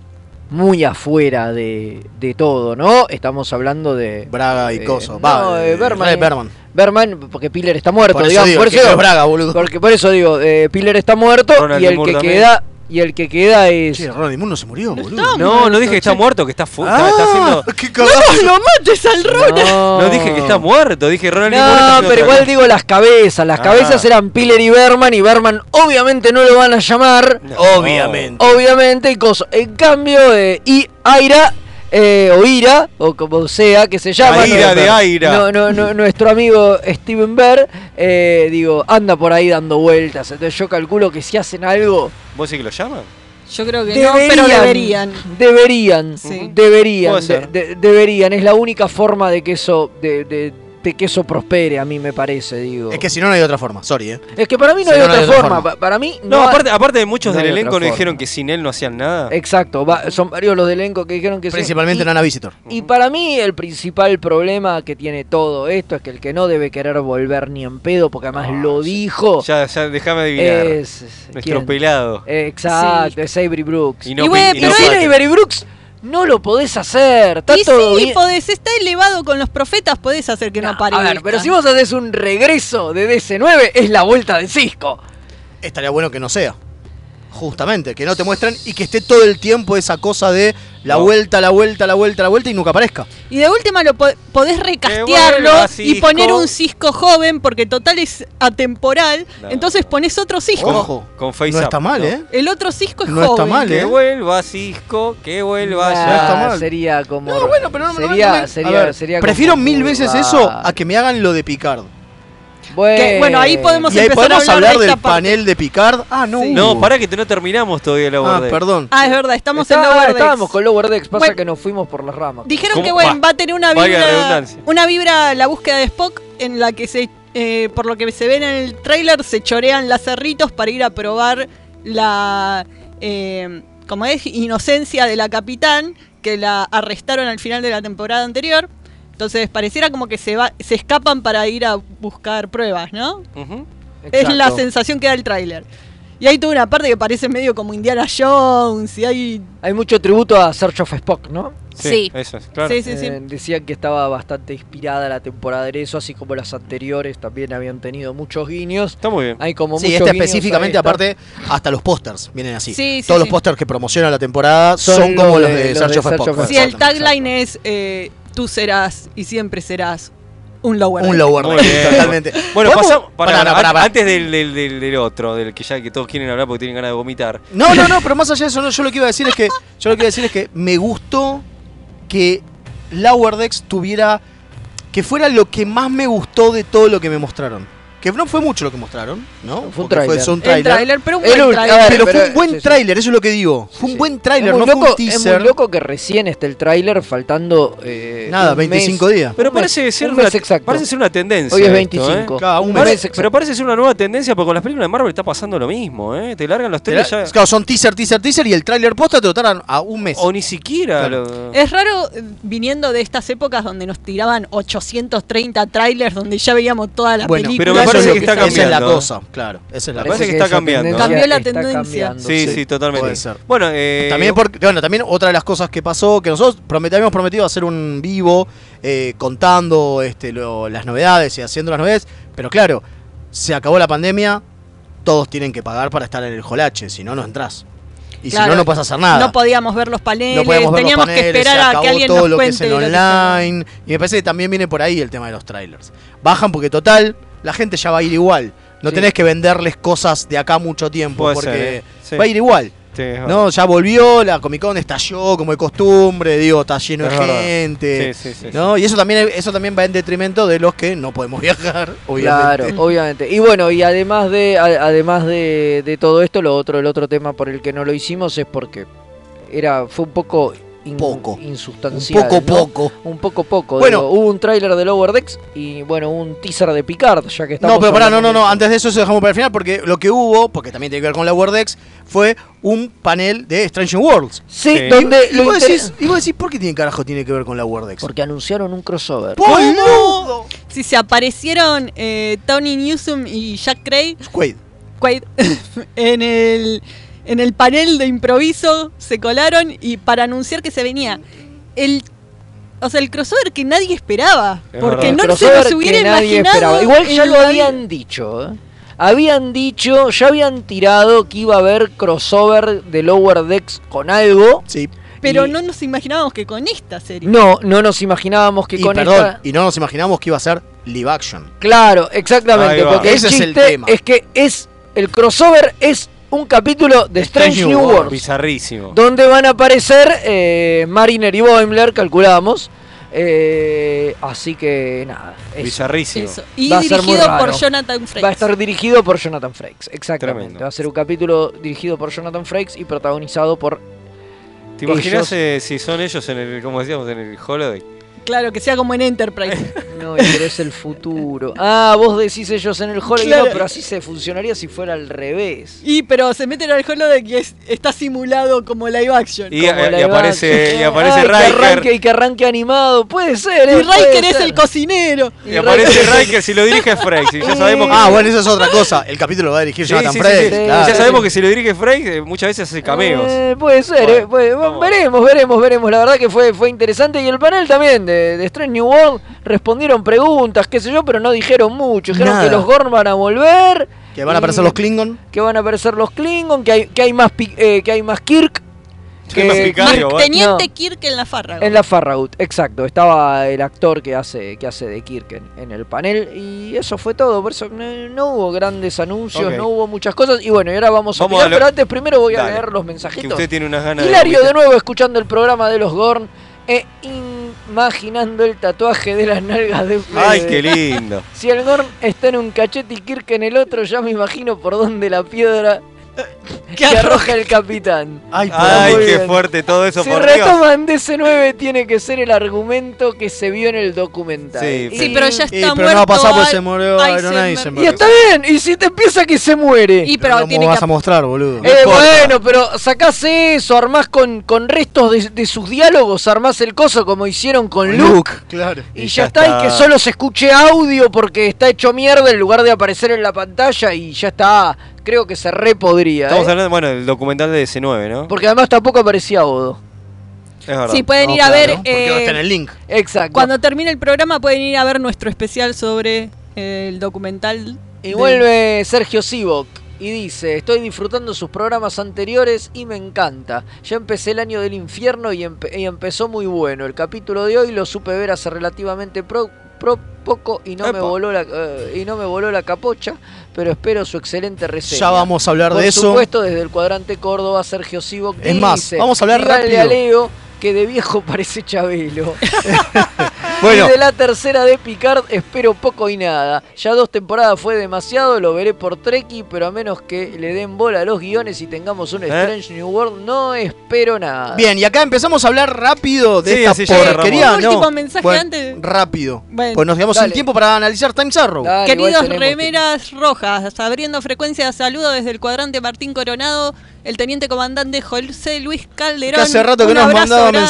muy afuera de, de todo, ¿no? Estamos hablando de.
Braga y
eh,
Coso,
no,
va,
eh,
eh,
Berman.
Ray Berman.
Berman, porque Piller está muerto,
Por eso
digamos.
digo,
por
que
eso digo-
no es Braga, boludo.
Porque por eso digo, eh, Piller está muerto
Ronald
y el
Moore
que
también.
queda. Y el que queda es.
Che, Ronald Moore no se murió, boludo. Ah,
No, no dije que está muerto, que está fu- está- está haciendo-
¡No lo mates al Ronald!
Ah. No.
No dije que está muerto, dije Ronald Moore está
No,
haciendo
pero
otra
igual
cosa.
digo las cabezas. Las
Ah.
cabezas eran Piller y Berman. Y Berman, obviamente, no lo van a llamar.
Obviamente.
Obviamente, y coso. En cambio, eh, y Aira. eh, o Ira, o como sea que se llama.
Aira
no,
de Aira.
No, no, no, nuestro amigo Steven Bear, eh, digo, anda por ahí dando vueltas. Entonces yo calculo que si hacen algo.
¿Vos sí que lo llaman?
Yo creo que no, pero deberían.
Deberían. mm,
Sí.
Deberían.
Puede ser.
de- de- deberían. Es la única forma de que eso. De, de- de que eso prospere, a mí me parece, digo.
Es que si no, no hay otra forma, sorry, eh.
Es que para mí no,
Si
hay, otra forma. Pa- Para mí
No,
hay-
aparte, aparte de muchos
no
del
hay otra
elenco no
forma.
dijeron que sin él no hacían nada.
Exacto, va- son varios los del elenco que dijeron que sí.
Principalmente
Y-
Nana Visitor.
Y para mí el principal problema que tiene todo esto es que el que no debe querer volver ni en pedo, porque
Ah,
además lo dijo.
Ya, ya, déjame adivinar.
Es- es-
Nuestro
¿quién?
pelado.
Eh, Exacto, es Avery Brooks.
Y no Y bueno, Pin- y no
pero
Pate.
sin Avery Brooks no lo podés hacer. Está
y
todo
sí,
bien.
podés, está elevado con los profetas, podés hacer que no, aparezca.
A ver, pero si vos haces un regreso de DC9, es la vuelta de Cisco.
Estaría bueno que no sea. Justamente, que no te muestren y que esté todo el tiempo esa cosa de la vuelta, la vuelta, la vuelta, la vuelta y nunca aparezca.
Y de última lo po-
Eh,
podés recastearlo
vuelva,
y
Cisco.
poner un Cisco joven, porque total es atemporal.
No.
Entonces pones otro Cisco.
Oh.
Ojo.
Con Face
No
Up,
está mal, ¿eh?
El otro Cisco es
No está
joven.
mal,
Que
¿eh?
vuelva Cisco, que vuelva
Ah,
ya.
Sería como.
No, bueno, pero no, no-
sería,
no me- a
sería,
ver,
sería como
Prefiero mil veces
curva.
eso a que me hagan lo de Picard.
Que, bueno, ahí podemos
y ahí
empezar
podemos
a hablar,
hablar
de
del
esta parte.
panel de Picard. Ah, no.
No, pará que te- no terminamos todavía la
Ah,
borde.
perdón.
Ah, es verdad, estamos
Está-
en Lower Decks.
Estábamos con Lower Decks, pasa
Bueno.
que nos fuimos por las ramas.
Dijeron
¿Cómo?
que bueno,
Va-
va a tener una
valga la
vibra,
redundancia.
una vibra la búsqueda de Spock en la que se, eh, por lo que se ve en el tráiler, se chorean las cerritos para ir a probar la, eh, como es, inocencia de la capitán que la arrestaron al final de la temporada anterior. Entonces pareciera como que se va, se escapan para ir a buscar pruebas, ¿no? Es la sensación que da el tráiler. Y hay toda una parte que parece medio como Indiana Jones y hay
Hay mucho tributo a Search of Spock, ¿no?
Sí.
Eso es, claro.
Sí, sí, sí.
Eh, decían que estaba bastante inspirada la temporada de eso, así como las anteriores también habían tenido muchos guiños. Está
muy bien.
Hay como
Sí,
muchos
esta
guiños a
específicamente,
esta.
aparte, hasta los pósters vienen así.
Sí, sí,
Todos los
sí.
pósters que promociona la temporada son,
Son los
como los
de-
de,
los
Search
de
of a
Search of a
Podcast.
Sí, el tagline es eh, tú serás y siempre serás un lower.
Un
deck.
lower
Muy
deck,
bien.
totalmente.
Bueno,
¿Podemos?
pasamos. pará,
Pará,
pará,
pará, pará.
Antes del, del- del- del otro, del que ya que todos quieren hablar porque tienen ganas de vomitar.
No, no, no, pero más allá de eso, no, yo lo que iba a decir es que. Yo lo que iba a decir es que me gustó que Lower Decks tuviera. que fuera lo que más me gustó de todo lo que me mostraron. Que no fue mucho lo que mostraron, ¿no?
Fue un
Porque
tráiler.
fue un
El
tráiler.
tráiler, pero un
Era
buen
a ver,
tráiler,
pero fue
pero-
un buen
sí, sí.
tráiler, eso es lo que digo. Fue un buen tráiler,
Es
no
muy
fue
loco-
un teaser.
Es muy loco que recién esté el tráiler faltando. eh,
Nada,
un mes.
25 días.
Pero
Un mes,
parece ser,
un
una,
mes exacto.
parece ser una tendencia.
Hoy es
esto, ¿eh?
25. Cada un
Pare-
mes exacto.
Pero parece ser una nueva tendencia porque con las películas de Marvel está pasando lo mismo. ¿eh? Te largan los
Te la-
trailers ya.
Claro, son teaser, teaser, teaser y el tráiler posta te lo tardan a un mes.
O ni siquiera. lo-
Es raro eh, viniendo de estas épocas donde nos tiraban 830 trailers donde ya veíamos toda la
Bueno,
película.
pero me
Eso es
parece
lo
que está
Esa es la
cambiando.
cosa, claro. Esa es la
Me
cosa.
parece que está cambiando.
Cambió la
está
tendencia.
cambiando,
Sí, sí, totalmente.
Puede ser.
Bueno, eh,
También porque, bueno, también otra de las cosas que pasó, que nosotros promet- habíamos prometido hacer un vivo eh, contando este, lo- las novedades y haciendo las novedades, pero claro, se acabó la pandemia, todos tienen que pagar para estar en el jolache, si no, no entras. Y si
Claro,
no, no puedes hacer nada.
No podíamos ver los paneles,
No podíamos ver los
teníamos
paneles,
que
se
esperar a
acabó
que alguien
todo
nos
lo que es
cuente.
el
lo que
online. Y me parece que también viene por ahí el tema de los trailers. Bajan porque total, la gente ya va a ir igual. No
Sí.
tenés que venderles cosas de acá mucho tiempo
Puede
porque
ser, ¿eh? Sí.
va a ir igual.
Sí, es verdad.
No, ya volvió, la Comic Con estalló como de costumbre, digo, está lleno
Es
de
verdad.
gente.
Sí, sí, sí,
eh, ¿no? Y eso también, eso también va en detrimento de los que no podemos viajar, obviamente.
Claro, obviamente. Y bueno, y además de a- además de, de todo esto, lo otro el otro tema por el que no lo hicimos es porque era fue un poco in- insustancial,
Un poco
¿no?
poco.
un poco poco.
Bueno.
digo, hubo un tráiler de Lower Decks y bueno, un teaser de Picard, ya que estamos
No, pero pará, no,
hablando
no,
de-
no. Antes de eso, eso dejamos para el final porque lo que hubo, porque también tiene que ver con la Wordex, fue un panel de Strange Worlds.
Sí,
Y-
donde
y,
lo
vos
inter-
decís, y vos decís, ¿por qué tiene carajo tiene que ver con la Wordex?
porque anunciaron un crossover.
¡Boludo!
Si se aparecieron eh, Tony Newsom y Jack Craig
Quaid.
Quaid, en el en el panel de improviso se colaron y para anunciar que se venía el o sea, el crossover que nadie esperaba,
Es
porque
verdad.
no se
Crossover
nos hubiera
que nadie
imaginado.
esperaba. Igual ya
en
lo
la-
habían dicho, ¿eh? Habían dicho, ya habían tirado que iba a haber crossover de Lower Decks con algo.
Sí.
pero no nos imaginábamos que con esta serie.
No, no nos imaginábamos que
Y
con
perdón,
esta-
y no nos imaginamos que iba a ser live action.
Claro, exactamente.
Ahí va.
Porque
Ese
el
es el
chiste
tema.
es que es el crossover es un capítulo de Strange, New Worlds,
Bizarrísimo.
donde van a aparecer eh, Mariner y Boimler, calculamos. Eh, así que nada. eso.
Bizarrísimo.
Eso. Y
Va a ser muy
dirigido por
raro.
Jonathan Frakes.
Va a estar dirigido por Jonathan Frakes, exactamente.
Tremendo.
Va a ser un capítulo dirigido por Jonathan Frakes y protagonizado por
¿Te
ellos-
imaginas eh, si son ellos en el, como decíamos, en el holiday?
Claro, que sea como en Enterprise.
No, pero es el futuro. Ah, vos decís ellos en el Holiday,
Claro.
no, pero así se funcionaría si fuera al revés.
y pero se meten al juego de que es- está simulado como live action.
Y,
Como
eh,
la
y
de
aparece,
Batman.
y aparece
Ay, que arranque,
Riker.
y que arranque animado, puede ser.
Y
eh, puede
Riker es
ser.
el cocinero.
Y aparece Riker, si lo dirige Frakes. Y ya sabemos que.
Ah, bueno, esa es otra cosa. El capítulo lo va a dirigir
Sí,
Jonathan
sí, sí,
Frakes,
sí.
claro.
Ya sabemos que si lo dirige Frakes, eh, muchas veces hace cameos.
Eh, puede ser, eh, puede- veremos, veremos, veremos. La verdad que fue, fue interesante. Y el panel también de, de Strange New World respondieron preguntas, qué sé yo, pero no dijeron mucho. Dijeron
Nada.
que los Gorn van a volver,
Que van a aparecer los Klingon.
que van a aparecer los Klingon, que hay, que hay, más, pi- eh, que hay más Kirk.
Hay más Picario, va.
Teniente
No.
Kirk en la farra.
En la Farragut, exacto. Estaba el actor que hace, que hace de Kirk en, en el panel. Y eso fue todo. Por eso no, no hubo grandes anuncios,
Ok.
no hubo muchas cosas. Y bueno, y ahora vamos a
Vamos
opinar,
a lo-
pero antes primero voy a
Dale.
leer los
Que
mensajitos.
usted tiene unas ganas
Hilario de
vomitar.
nuevo escuchando el programa de los Gorn e imaginando el tatuaje de las nalgas de Fede.
Ay, qué lindo.
Si el Gorn está en un cachete y Kirk en el otro, ya me imagino por dónde la piedra que arroja el capitán.
Ay, por
Ay,
amor.
muy
qué
bien.
fuerte todo eso,
Si
por Dios.
retoman DC9 tiene que ser el argumento que se vio en el documental.
Sí,
Y-
Sí, pero ya está
Sí, pero no
muerto
va a pasar porque
Ai-
se murió Iron
Eisenberg.
Y
Eisenberg.
está bien, y si te empieza que se muere.
Y
Pero
pero tiene
¿Cómo vas
que
a mostrar, boludo?
Eh,
importa.
bueno, pero sacás eso, armás con, con restos de, de sus diálogos, armás el coso como hicieron con Luke.
Claro.
Y, ya está, y que solo se escuche audio porque está hecho mierda en lugar de aparecer en la pantalla y ya está. Creo que se re podría.
Estamos
¿eh?
hablando, bueno, del documental de DC9, ¿no?
Porque además tampoco aparecía Odo.
verdad.
Sí, pues, pueden
No,
ir a
claro,
ver. eh,
porque va a estar en el link.
Exacto.
Cuando termine el programa, pueden ir a ver nuestro especial sobre eh, el documental.
Y vuelve Sergio Sivok y dice, estoy disfrutando sus programas anteriores y me encanta. Ya empecé el año del infierno y, empe- y empezó muy bueno. El capítulo de hoy lo supe ver hace relativamente pro- pro- poco y no, me voló la, eh, y no me voló la capocha, pero espero su excelente reseña.
Ya vamos a hablar
Por
de eso.
supuesto, desde el cuadrante Córdoba, Sergio Sivok
Es más,
dice,
vamos a hablar
"Dígale
rápido".
a Leo que de viejo parece Chabelo.
Bueno.
Y de la tercera de Picard espero poco y nada. Ya dos temporadas fue demasiado, lo veré por Trekkie, pero a menos que le den bola a los guiones y tengamos un Strange New World, no espero nada.
Bien, y acá empezamos a hablar rápido de
Sí,
esta
sí, ya
porquería.
agarramos. Un
no.
último mensaje
Bueno,
antes.
Rápido.
Bueno,
pues nos quedamos
dale.
sin tiempo para analizar Times Arrow.
Queridos remeras rojas, abriendo frecuencia, saludo desde el cuadrante Martín Coronado, el teniente comandante José Luis Calderón.
Que hace rato que
Un
no nos
abrazo
mandaba
grande.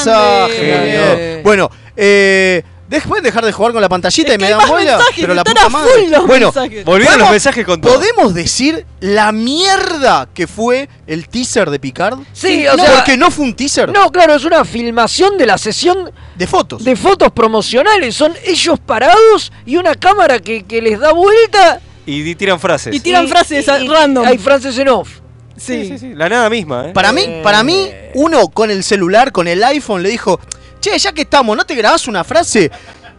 mensajes. Genio. Bueno, eh. dej- ¿Pueden dejar de jugar con la pantallita y me dan bola?
mensajes,
Pero la
están
puta
a
madre.
full los
bueno,
mensajes.
Volvieron los
¿podemos-
mensajes con todo.
¿Podemos decir la mierda que fue el teaser de Picard?
Sí, o sea-
Porque no fue un teaser.
No, claro, es una filmación de la sesión
de fotos.
De fotos promocionales, son ellos parados y una cámara que, que les da vuelta
Y di- tiran frases.
y tiran frases random. Hay frases en off.
Sí, sí, sí. La nada misma, ¿eh?
Para mí, para mí, uno con el celular, con el iPhone, le dijo, che, ya que estamos, ¿no te grabás una frase?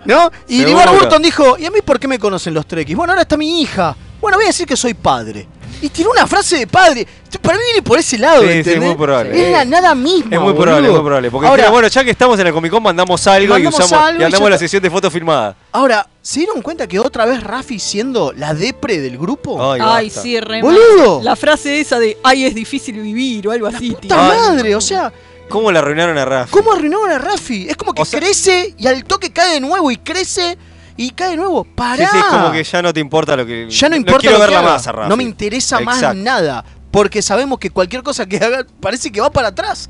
¿No? Y
Seguro.
Ivar Burton dijo, ¿y a mí por qué me conocen los trekkies? Bueno, ahora está mi hija. Bueno, voy a decir que soy padre. Y tiene una frase de padre. Para mí viene por ese lado,
Sí, sí,
¿entendés?
muy probable.
Es la nada misma,
Es muy
boludo.
probable, es muy probable. Porque
ahora,
dijeron, bueno, ya que estamos en la Comic Con, mandamos algo
Mandamos
y usamos.
algo
y
y
andamos
ya
la
está.
sesión de fotos filmada.
ahora, ¿se dieron cuenta que otra vez Rafi siendo la depre del
Oh,
grupo?
Ay, sí, re mal.
¡Boludo!
La frase esa de ay, es difícil vivir o algo así, tío.
¡Puta madre! O sea,
¿Cómo la arruinaron a Rafa?
¿Cómo arruinaron a Rafi? Es como que crece y al toque cae de nuevo y crece y cae de nuevo.
Sí,
¡Pará!
sí, es como que ya no te importa lo que.
ya no importa.
quiero
lo que
verla
haga.
más a Rafa.
No me interesa más
Exacto.
nada. Porque sabemos que cualquier cosa que haga parece que va para atrás.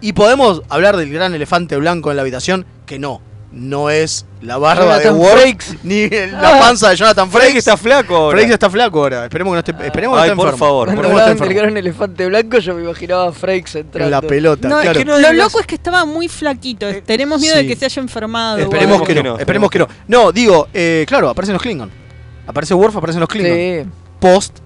Y podemos hablar del gran elefante blanco en la habitación, que no. No es la barba
Jonathan
de Worf,
Frakes.
ni la panza de Jonathan Frakes.
Frakes está flaco ahora.
Frakes está flaco ahora. Esperemos que no esté, esperemos que
Ay,
no esté
por
enfermo.
favor,
Esperemos que
Cuando
no esté
hablaban del
enfermo.
gran elefante blanco, yo me imaginaba a Frakes entrando.
En la pelota,
No, es
claro.
que no- lo loco es que estaba muy flaquito. Tenemos miedo
Eh, sí.
de que se haya enfermado.
Esperemos
o
que,
algo.
no, esperemos que no. No, digo, eh, claro, aparecen los Klingon. Aparece Worf, aparecen los Klingon. Post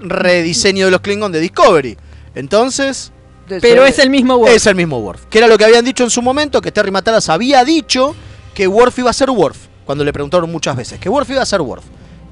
rediseño de los Klingon de Discovery. Entonces.
Pero es el mismo Worf.
Es el mismo Worf. Que era lo que habían dicho en su momento, que Terry Matalas había dicho que Worf iba a ser Worf. Cuando le preguntaron muchas veces, que Worf iba a ser Worf.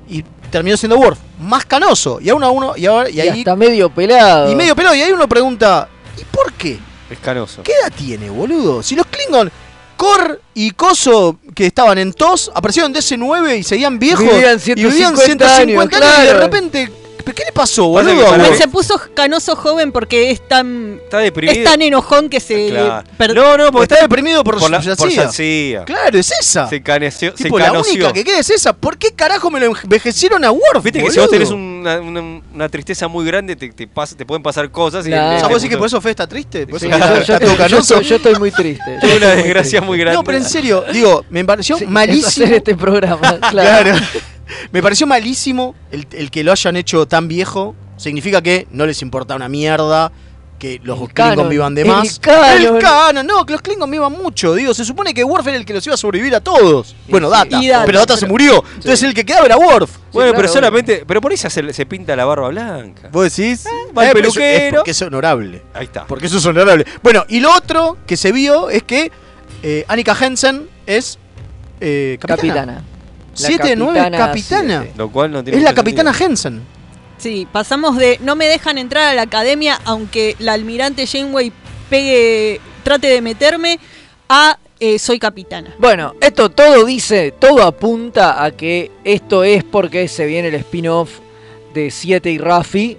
Y terminó siendo Worf. Más canoso. Y aún a uno. Y, ahora, y,
Y
ahí-
hasta medio pelado.
y medio pelado. Y ahí uno pregunta, ¿y por qué?
Es canoso.
¿Qué edad tiene, boludo? Si los Klingon, Kor y Coso, que estaban en TOS, aparecieron de DC9 y seguían viejos.
Vivían
y vivían
150 años,
y de
claro.
repente. ¿pero ¿Qué le pasó,
Pasa que
boludo?
para
Bueno,
mí-
Se puso canoso joven porque es tan.
Está deprimido.
Es tan enojón que se.
Claro.
per-
No, no, porque
Está deprimido por
la-
su
por
salsilla.
salsilla.
Claro, es esa.
Se caneció.
Tipo,
se
la
canoció.
única que queda es esa. ¿Por qué carajo me lo envejecieron a Worf?
Viste que si
boludo?
vos tenés una, una- una tristeza muy grande, te, te, pasa- te pueden pasar cosas. Y
O sea, vos
puedo
decís que por eso Fe está triste. Por eso
Sí,
que
claro.
está- está
Yo estoy-
todo
yo
canoso.
estoy-
Yo estoy muy triste.
Tuve una desgracia muy grande.
No, pero en serio, digo, me pareció malísimo.
hacer este programa,
claro. Me pareció malísimo el, el que lo hayan hecho tan viejo. Significa que no les importa una mierda que los Klingons
canon,
vivan de
el
más.
canon.
El canon, no, que los Klingons vivan mucho. Digo, se supone que Worf era el que los iba a sobrevivir a todos. Bueno, Data,
y Data,
pero Data se murió. Entonces el que quedaba era Worf.
Bueno, pero solamente. Pero por ahí se, hace- se pinta la barba blanca.
Vos decís, "Eh,
va el
pero eso- es
peluquero.
porque es honorable.
Ahí está.
Porque eso es honorable. Bueno, y lo otro que se vio es que eh, Annika Hensen es eh, capitana.
Capitana.
7 9 capitana.
Lo cual no tiene
Es la
mucho
capitana
sentido.
Hensen.
Sí, pasamos de no me dejan entrar a la academia aunque la almirante Janeway pegue, trate de meterme, a eh, soy capitana.
Bueno, esto todo dice, todo apunta a que esto es porque se viene el spin-off de 7 y Rafi.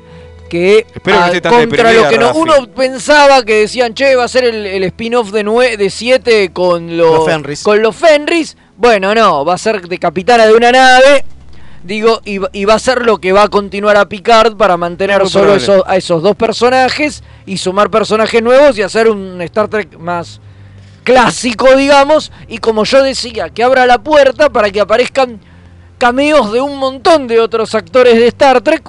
Que,
Espero que
ah,
esté tan
contra
deprimida,
lo que no-
Raffi.
uno pensaba que decían, che, va a ser el, el spin-off de, nue- de 7 con, lo-
Los Fenris.
con los Fenris. Bueno, no, va a ser de capitana de una nave. Digo, y, va- y va a ser lo que va a continuar a Picard para mantener
Muy
solo
probable.
esos, a esos dos personajes y sumar personajes nuevos y hacer un Star Trek más clásico, digamos, y como yo decía, que abra la puerta para que aparezcan cameos de un montón de otros actores de Star Trek,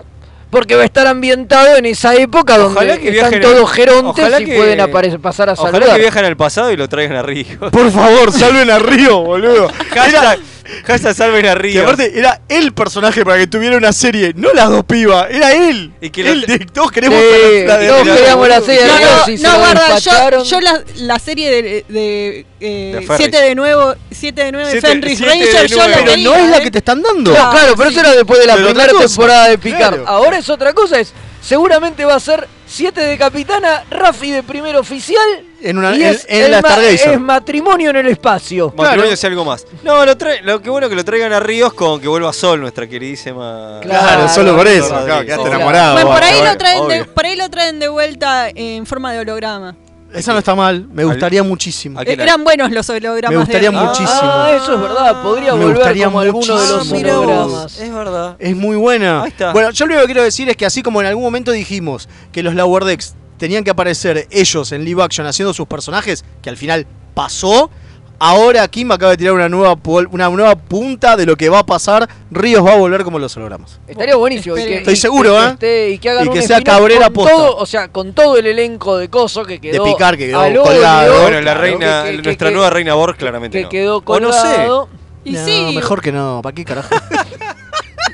Porque va a estar ambientado en esa época donde están
al-
todos gerontes
ojalá
y
que-
pueden aparecer, pasar a
Ojalá
saludar.
que viajen al pasado y lo traigan a Río.
Por favor, salven a Río, boludo.
Hashtag, hashtag salven a Río.
Y aparte, era el personaje para que tuviera una serie, no las dos pibas, era él.
Y que lo-
Él, de- todos queremos
Sí,
la de-
todos
la de-
queríamos la serie de
No,
Río,
no,
sí,
no,
se la
No, guarda, yo,
despacharon.
yo la, la serie de, de, eh,
De Ferris.
siete de nuevo, siete de nuevo de
Siete-
Fenris
siete de
Ranger, yo la
Pero
veía,
no es la
¿eh?
que te están dando.
No, claro, pero eso era después de la
Pero otra
primera
cosa,
temporada de Picard.
claro.
Ahora es otra cosa, es seguramente va a ser 7 de capitana, Rafi de primer oficial
En una-
y
en-
es,
en
el
la
ma-
Stargazer.
es matrimonio en el espacio.
Matrimonio sea algo más. No, lo, trae- lo que bueno que lo traigan a Ríos con que vuelva Sol, nuestra queridísima.
Claro, solo por eso,
Rodríguez.
claro, quedaste
Obvio.
enamorado.
Bueno, por, ahí
Obvio,
lo traen de,
obvio.
por ahí lo traen de vuelta en forma de holograma.
Esa no está mal, me gustaría muchísimo.
Eh, Eran buenos los hologramas.
Me gustaría
de Río.
muchísimo.
Ah, eso es verdad, podría
Me
volver
gustaría
como alguno de los
muchísimo. Ah, mirá vos.
hologramas.
Es verdad.
Es muy buena.
Ahí está.
Bueno, yo lo único que quiero decir es que así como en algún momento dijimos que los Lower Decks tenían que aparecer ellos en live action haciendo sus personajes, que al final pasó, ahora Kim acaba de tirar una nueva, pol- una nueva punta de lo que va a pasar. Ríos va a volver como los hologramas.
Estaría buenísimo. y que-
Estoy
y-
seguro,
y que
¿eh?
esté- y que, hagan
Y que
un
sea
spin-off
Cabrera
con
posta.
todo, O sea, con todo el elenco de coso que quedó.
de picar que quedó
al óleo,
colgado.
Bueno, la reina,
que- que-
nuestra
que-
nueva reina Borg, claramente.
que
no.
quedó
O no sé.
colgado.
Y
no,
sí.
mejor que no, ¿para qué carajo?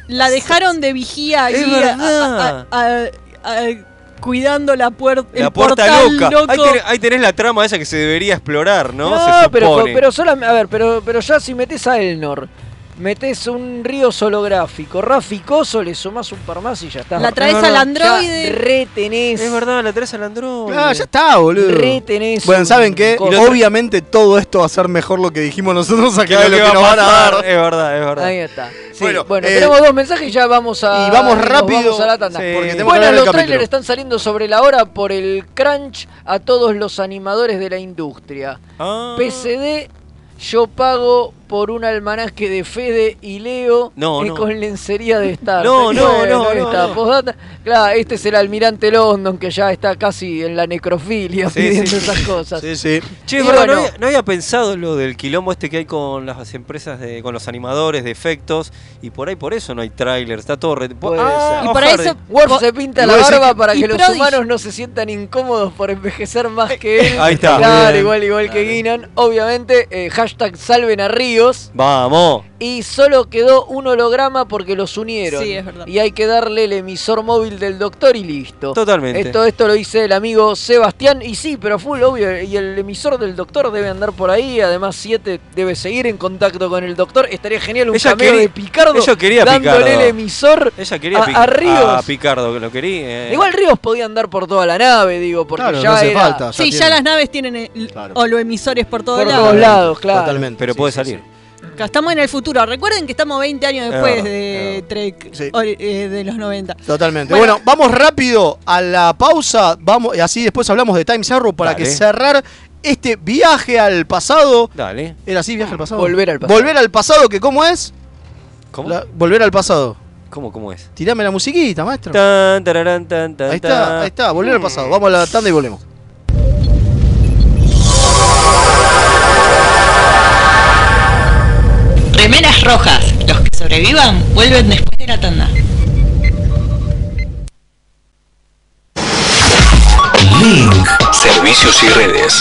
La dejaron de vigía
Es
allí,
verdad.
a- a- a- a- cuidando la puerta.
La puerta loca. Ahí, tenés, ahí tenés la trama esa que se debería explorar, ¿no? se
No,
supone.
pero, pero solamente. A ver, pero, pero ya si metes a Elnor, metes un río solográfico, Rafi Coso, le sumás un par más y ya está.
La traes
No, no,
al
ya
androide.
retenés.
Es verdad, la traes al androide.
Ah, ya está, boludo.
Retenés
Bueno,
un
¿saben qué?
coso.
Obviamente todo esto va a ser mejor lo que dijimos nosotros
Que
acá de lo
lo que
que
va
nos
a
van a
pasar,
dar.
Es verdad, es verdad.
Ahí está. Sí,
Bueno,
Bueno,
eh,
tenemos dos mensajes y ya vamos a.
y vamos
nos
rápido,
vamos a la tanda.
sí, porque tenemos que
bueno,
hablar del
los
capítulo.
trailers están saliendo sobre la hora por el crunch a todos los animadores de la industria.
Ah.
PCD, yo pago por un almanaque de Fede y Leo
No,
que
no.
con lencería de Star.
No, no,
Bueno,
no,
ahí
no,
está.
no.
Postdata. Claro, este es el almirante London que ya está casi en la necrofilia
Sí,
pidiendo
sí.
esas cosas.
Sí, sí.
Che,
Y
es verdad,
bueno.
no, había, no había pensado lo del quilombo este que hay con las empresas, de, con los animadores de efectos, y por ahí por eso no hay tráiler, está todo... Re...
Puede
Ah,
ser.
y por
ojalá.
eso-
Worf se pinta la
Igual sí
barba
que-
para
y
que los
Prodigy.
humanos no se sientan incómodos por envejecer más que él.
Ahí está.
Claro,
Bien.
igual, igual que Guinan. Obviamente, eh, hashtag salven a Ríos.
Vamos.
Y solo quedó un holograma porque los unieron.
Sí, es verdad.
Y hay que darle el emisor móvil del doctor y listo.
Totalmente.
Esto, esto lo dice el amigo Sebastián. Y sí, pero full obvio. Y el emisor del doctor debe andar por ahí. Además, 7 debe seguir en contacto con el doctor. Estaría genial un
Ella
cameo
quería-
de Picardo
ella quería
dándole
Picardo.
el emisor
Ella quería
a-
Pic-
a Ríos.
a Picardo, que lo quería. eh.
Igual Ríos podía andar por toda la nave, digo, porque
Claro,
ya
no hace
era
falta, ya
Sí, ya
tiene.
las naves tienen el- holoemisores por todos
por
lados.
todos lados, claro.
Totalmente.
Pero
sí,
puede
sí,
salir.
Acá Estamos en el futuro. Recuerden que estamos 20 años
Es
después
verdad,
de Trek
Sí.
ori- eh, de los 90.
Totalmente. Bueno.
Bueno.
vamos rápido a la pausa. Vamos, y así después hablamos de Time Arrow para
Dale.
que cerrar este viaje al pasado.
Dale.
¿Era así, viaje al pasado?
Volver al pasado.
Volver al pasado, que cómo es?
¿Cómo?
La- volver al pasado.
¿Cómo, cómo es?
Tirame la musiquita, maestro.
Tan, tararán, tan, tan,
Ahí está,
tan.
ahí está, volver al pasado. Vamos a la tanda y volvemos.
Remeras rojas. Los que sobrevivan vuelven después de la tanda.
Link. Servicios y redes.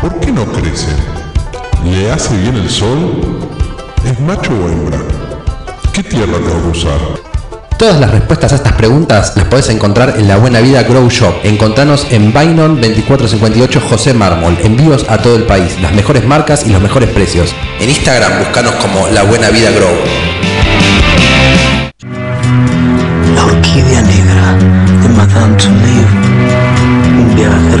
¿Por qué no crece? ¿Le hace bien el sol? ¿Es macho o hembra? ¿Qué tierra tengo que usar?
Todas las respuestas a estas preguntas las podés encontrar en la Buena Vida Grow Shop. Encontranos en Bainon 2458 José Mármol. Envíos a todo el país, las mejores marcas y los mejores precios. En Instagram buscanos como La Buena Vida Grow.
La orquídea negra de Madame Toulive. Un viaje radial.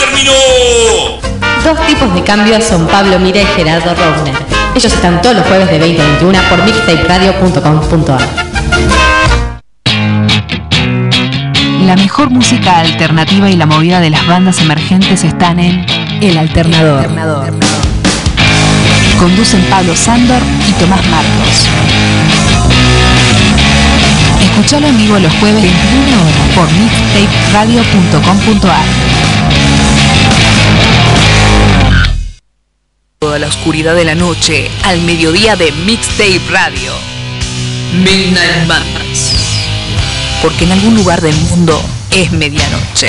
terminó!
Dos tipos de cambio son Pablo Mira y Gerardo Rovner. Ellos están todos los jueves de 20 a 21 por mixtaperadio.com.ar.
La mejor música alternativa y la movida de las bandas emergentes están en El Alternador. Conducen Pablo Sándor y Tomás Marcos. Escuchalo en vivo los jueves 21 horas por mixtaperadio.com.ar.
Toda la oscuridad de la noche al mediodía de Mixtape Radio. Midnight Madness. Porque en algún lugar del mundo es medianoche.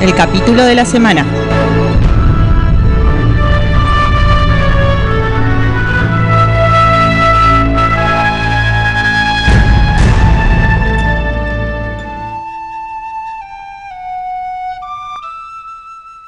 El capítulo de la semana.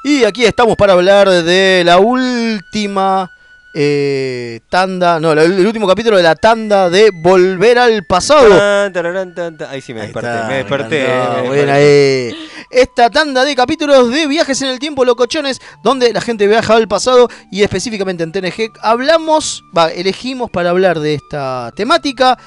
Y aquí estamos para hablar de la última eh, tanda, no, la- el último capítulo de la tanda de Volver al Pasado.
Tan, tararán, tan, tan. Ahí sí me desperté, me desperté.
encantó,
eh, me
buena
desperté.
Esta tanda de capítulos de viajes en el tiempo, locochones, donde la gente viaja al pasado y específicamente en TNG hablamos, va, elegimos para hablar de esta temática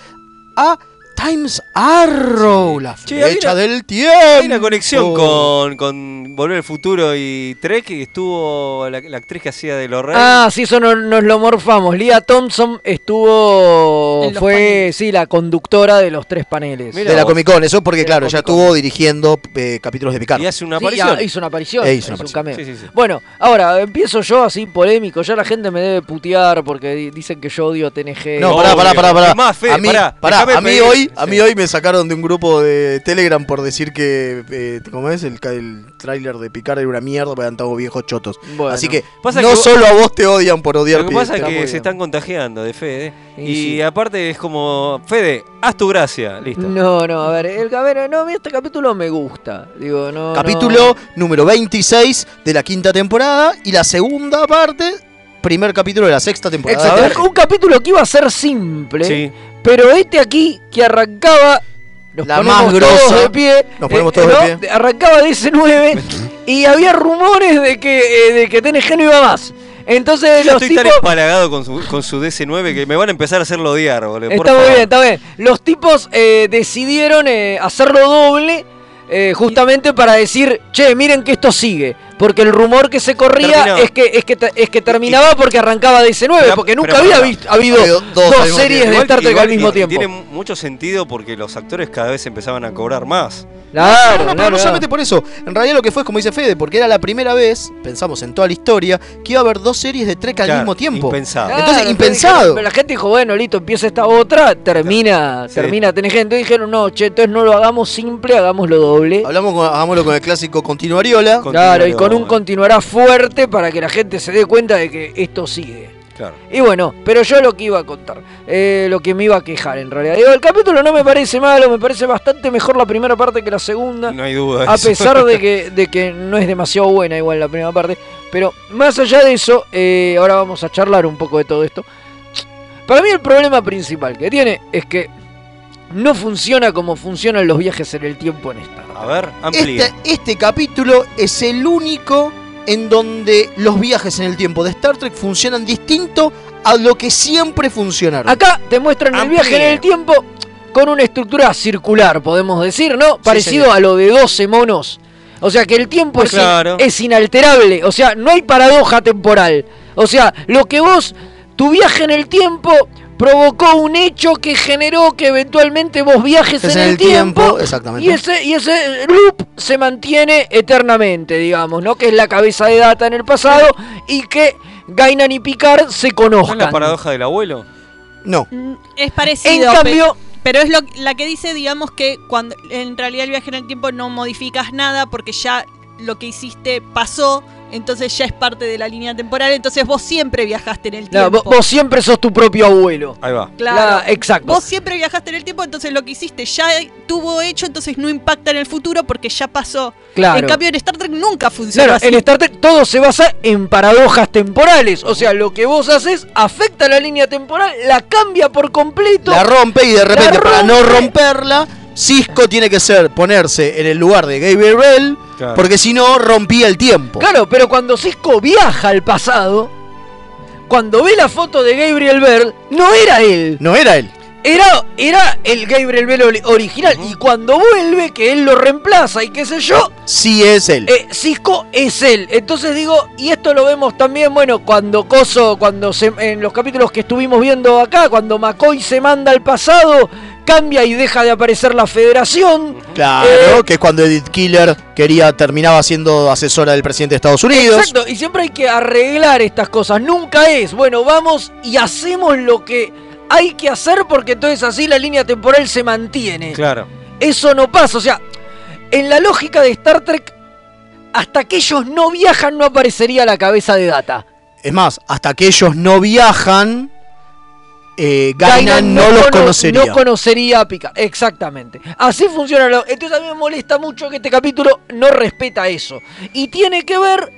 a Times Arrow, la
Che, hay
flecha
una-
del tiempo.
Hay una
Uh.
conexión con, con Volver al Futuro y Trek y estuvo la, la actriz que hacía de Lorraine.
Ah, sí, eso no- nos lo morfamos. Lia Thompson estuvo.
En los
Fue, sí, la conductora de los tres paneles.
de la Comic Con, eso porque claro, ya estuvo dirigiendo eh, capítulos de Picard.
Y hace una
Sí, ah, hizo una aparición.
Eh, hizo una
hizo un
aparición.
cameo.
Sí, sí, sí.
Bueno, ahora empiezo yo así polémico. Ya la gente me debe putear porque di- dicen que yo odio TNG.
No, pará, pará, pará, pará. a mí, pará, a mí hoy, a mí
Sí.
hoy me sacaron de un grupo de Telegram por decir que, eh, ¿cómo es? El, ca- el tráiler de Picard era una mierda porque eran todos viejos chotos.
Bueno.
Así que
Pasa
no
que-
solo a vos te odian por odiar
Lo que
Picard.
pasa es
Está
que
muy
se
bien.
están contagiando de Fede.
Y
Y
sí.
aparte es como, Fede, haz tu gracia, listo.
No, no, a ver, el, a ver, no, a mí este capítulo me gusta. Digo, no.
Capítulo número 26 de la quinta temporada y la segunda parte, primer capítulo de la sexta
no.
temporada.
Exacto, un capítulo que iba a ser simple.
Sí.
Pero este aquí que arrancaba. Nos
La
ponemos
más
todos
grosa.
de pie. eh,
Nos ponemos todos de pie.
Arrancaba de ese 9 y había rumores de que, eh, de que TNG no iba más. Entonces
Yo
los
estoy tan
tipos.
empalagado con su, con su DC9 que me van a empezar a hacerlo odiar, boludo. eh, por
Está muy
favor.
bien, está bien. Los tipos eh, decidieron eh, hacerlo doble eh, justamente para decir, che, miren que esto sigue. Porque el rumor que se corría
Terminó.
es que, es, que, te- es que terminaba porque arrancaba de ese 9
Pero-
porque nunca
pero
había
pará.
vist- habido, dos, series de
Igual-
Star Trek
igual
al mismo
y-
tiempo.
Tiene mucho sentido porque los actores cada vez empezaban a cobrar más.
No, no, no, pero no solamente por eso. En realidad lo que fue es como dice Fede, porque era la primera vez, pensamos en toda la historia, que iba a haber dos series de Trek al
Claro,
mismo tiempo.
impensado.
Entonces,
Claro,
impensado.
Pero la gente dijo, bueno, listo, empieza esta otra, termina, termina TNG. Entonces dijeron, no, che, entonces no lo hagamos simple, hagámoslo doble.
Hablamos con- hagámoslo con el clásico Continuariola.
Claro, y
¿eh?
con un continuará fuerte para que la gente se dé cuenta de que esto sigue.
Claro.
Y bueno, pero yo lo que iba a contar, eh, lo que me iba a quejar en realidad. Digo, el capítulo no me parece malo, me parece bastante mejor la primera parte que la segunda.
No hay duda. de
A
eso.
pesar de que, de que no es demasiado buena igual la primera parte. Pero más allá de eso, eh, ahora vamos a charlar un poco de todo esto. Para mí el problema principal que tiene es que no funciona como funcionan los viajes en el tiempo en esta.
A ver, amplía.
Este, este capítulo es el único en donde los viajes en el tiempo de Star Trek funcionan distinto a lo que siempre funcionaron.
Acá te muestran el viaje en el tiempo con una estructura circular, podemos decir, ¿no? Parecido
señor.
a lo de 12 monos. O sea que el tiempo es, in-
Claro.
es inalterable. O sea, no hay paradoja temporal. O sea, lo que vos, tu viaje en el tiempo provocó un hecho que generó que eventualmente vos viajes
Es
en el tiempo.
exactamente.
Y ese, y ese loop se mantiene eternamente, digamos, ¿no? Que es la cabeza de data en el pasado y que Gainan y Picard se
¿No es la
conozcan.
paradoja del abuelo?
No.
Mm, Es parecido.
En
pe-
cambio-
pero es lo, la que dice, digamos, que cuando en realidad el viaje en el tiempo no modificas nada porque ya lo que hiciste pasó, entonces ya es parte de la línea temporal, entonces vos siempre viajaste en el
No,
tiempo.
vos, vos siempre sos tu propio abuelo.
Ahí va.
Claro.
La- eh, exacto.
Vos siempre viajaste en el tiempo, entonces lo que hiciste ya tuvo hecho, entonces no impacta en el futuro porque ya pasó.
Claro.
En cambio, en Star Trek nunca funciona
Claro,
así.
en Star Trek todo se basa en paradojas temporales. O sea, lo que vos haces afecta la línea temporal, la cambia por completo.
La rompe y de
La
repente, para no
rompe.
romperla, Cisco tiene que ser ponerse en el lugar de Gabriel Bell,
Claro.
porque si no, rompía el tiempo.
Claro, pero cuando Cisco viaja al pasado, cuando ve la foto de Gabriel Bell, no era él.
No era él.
Era, era el Gabriel Bell ori- original. Y cuando vuelve, que él lo reemplaza y qué sé yo,
Sí es él.
Eh, Cisco es él. Entonces digo, y esto lo vemos también, bueno, cuando Coso, cuando se- en los capítulos que estuvimos viendo acá, cuando McCoy se manda al pasado, cambia y deja de aparecer la federación. eh.
Claro, que es cuando Edith Killer quería, terminaba siendo asesora del presidente de Estados Unidos.
Exacto, y siempre hay que arreglar estas cosas. Nunca es, bueno, vamos y hacemos lo que hay que hacer porque entonces así la línea temporal se mantiene.
Claro.
Eso no pasa, o sea, en la lógica de Star Trek, hasta que ellos no viajan no aparecería la cabeza de Data.
Es más, hasta que ellos no viajan, eh, Gainan no, los
cono-
conocería.
No conocería a Picard, exactamente. Así funciona. lo- Entonces a mí me molesta mucho que este capítulo no respeta eso. Y tiene que ver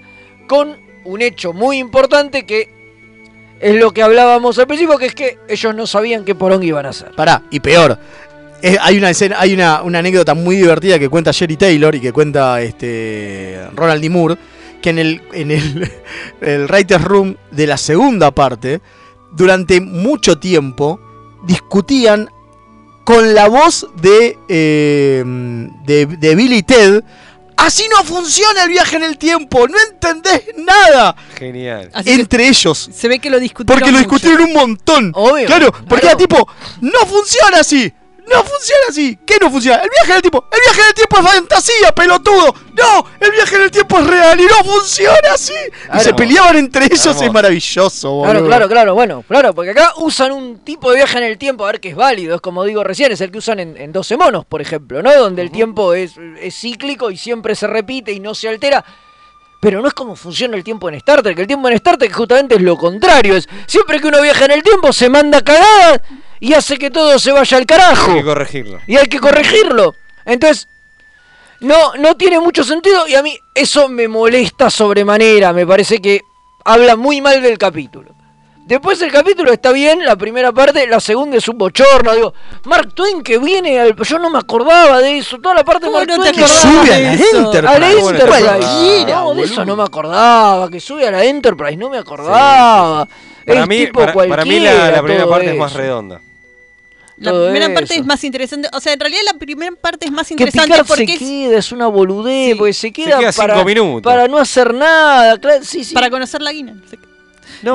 con un hecho muy importante que es lo que hablábamos al principio, que es que ellos no sabían qué porón iban a hacer.
Pará, y peor. eh, hay una escena, hay una, una anécdota muy divertida que cuenta Jerry Taylor y que cuenta este Ronald D. Moore, que en el, en el, el Writer's Room de la segunda parte, durante mucho tiempo, discutían con la voz de, eh, de, de Billy Ted. Así no funciona el viaje en el tiempo, no entendés nada.
Genial.
entre ellos.
Se ve que lo discutieron.
Porque lo
mucho.
discutieron un montón. Claro, porque era tipo, no funciona así. No funciona así. ¿Qué no funciona? El viaje en el tiempo. El viaje en el tiempo es fantasía, pelotudo. No, el viaje en el tiempo es real y no funciona así. Y
Claro.
se peleaban entre ellos.
Hermoso.
Es maravilloso, boludo.
Claro, claro, claro, bueno, claro, porque acá usan un tipo de viaje en el tiempo, a ver que es válido, es como digo recién, es el que usan en, en 12 monos, por ejemplo, ¿no? Donde el tiempo es, es cíclico y siempre se repite y no se altera. Pero no es como funciona el tiempo en Star Trek. El tiempo en Star Trek justamente es lo contrario. Es siempre que uno viaja en el tiempo se manda cagadas y hace que todo se vaya al carajo.
Hay que corregirlo.
Y hay que corregirlo. Entonces, no, no tiene mucho sentido y a mí eso me molesta sobremanera. Me parece que habla muy mal del capítulo. Después el capítulo está bien, la primera parte, la segunda es un bochorno. Digo, Mark Twain que viene al. Yo no me acordaba de eso. Toda la parte de Mark Twain
Que sube a la Enterprise.
A la
Bueno,
Enterprise.
cualquiera,
no, de
boludo.
eso no me acordaba. Que sube a la Enterprise, no me acordaba.
Para
Es
mí,
tipo
para, para mí la- la,
cualquiera
primera
todo
parte es
eso.
más redonda.
La
Todo
primera
eso.
parte es más interesante. O sea, en realidad la primera parte es más
Que
interesante
Picard se
porque es
queda, es una boludez, porque se queda,
queda cinco
para,
minutos.
para no hacer nada. claro, sí, sí.
para conocer la guina.
No,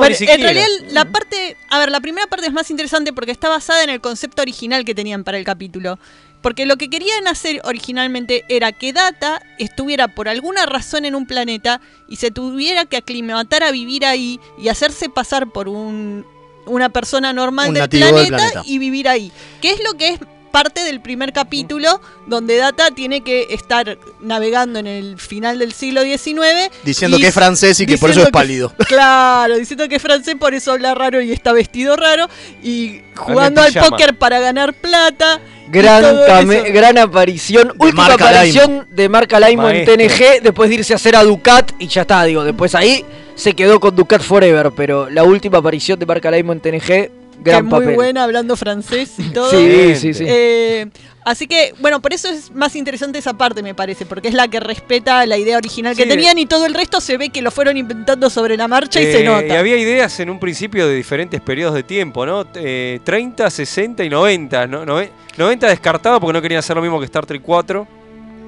Pero
ni
en
siquiera.
realidad la parte, a ver, la primera parte es más interesante porque está basada en el concepto original que tenían para el capítulo. Porque lo que querían hacer originalmente era que Data estuviera por alguna razón en un planeta y se tuviera que aclimatar a vivir ahí y hacerse pasar por un, una persona normal
Un
del
nativo del
planeta,
planeta.
y vivir ahí. Que es lo que es parte del primer capítulo donde Data tiene que estar navegando en el final del siglo XIX
Diciendo
y-
que es francés y que por eso es
diciendo que-
pálido.
Claro, diciendo que es francés, por eso habla raro y está vestido raro. Y jugando
en
al
pijama.
póker para ganar plata. y
Gran,
todo
came-
eso.
gran aparición, última
Marca
aparición de Marca Laimo en
Maestro.
TNG, después de irse a hacer a Ducat y ya está, digo, después ahí se quedó con Ducat Forever, pero la última aparición de Marca Laimo en TNG,
Que
gran
muy
papel.
buena hablando francés y todo.
Sí, sí, sí.
Eh, Así que, bueno, por eso es más interesante esa parte, me parece, porque es la que respeta la idea original que
Sí.
tenían y todo el resto se ve que lo fueron inventando sobre la marcha y
Eh,
se nota.
y había ideas en un principio de diferentes periodos de tiempo, ¿no? Eh, 30, 60 y 90. ¿no? Nove- 90 descartado porque no querían hacer lo mismo que Star Trek 4.